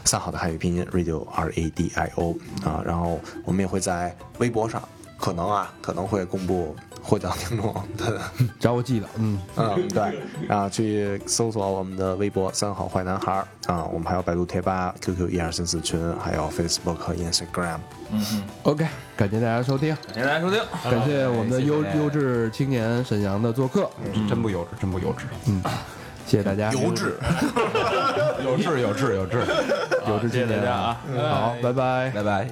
[SPEAKER 5] 三好的汉语拼音 radio r a d i o 啊。然后我们也会在微博上，可能啊，可能会公布获奖听众的，
[SPEAKER 2] 找我记得，嗯，
[SPEAKER 5] 嗯，对，然后去搜索我们的微博“三好坏男孩”儿”啊，我们还有百度贴吧、QQ 一二三四群，还有 Facebook 和 Instagram。
[SPEAKER 2] OK，感谢大家收听，
[SPEAKER 7] 感谢大家收听，
[SPEAKER 2] 感谢我们的优优质青年沈阳的做客，
[SPEAKER 6] 真不幼稚，真不幼稚，
[SPEAKER 2] 谢谢大家，
[SPEAKER 5] 油脂，
[SPEAKER 6] 有志有志有志，
[SPEAKER 2] 有志
[SPEAKER 7] 谢
[SPEAKER 2] 青
[SPEAKER 7] 谢大
[SPEAKER 2] 年
[SPEAKER 7] 家啊。
[SPEAKER 2] 好，拜拜。
[SPEAKER 6] 拜拜。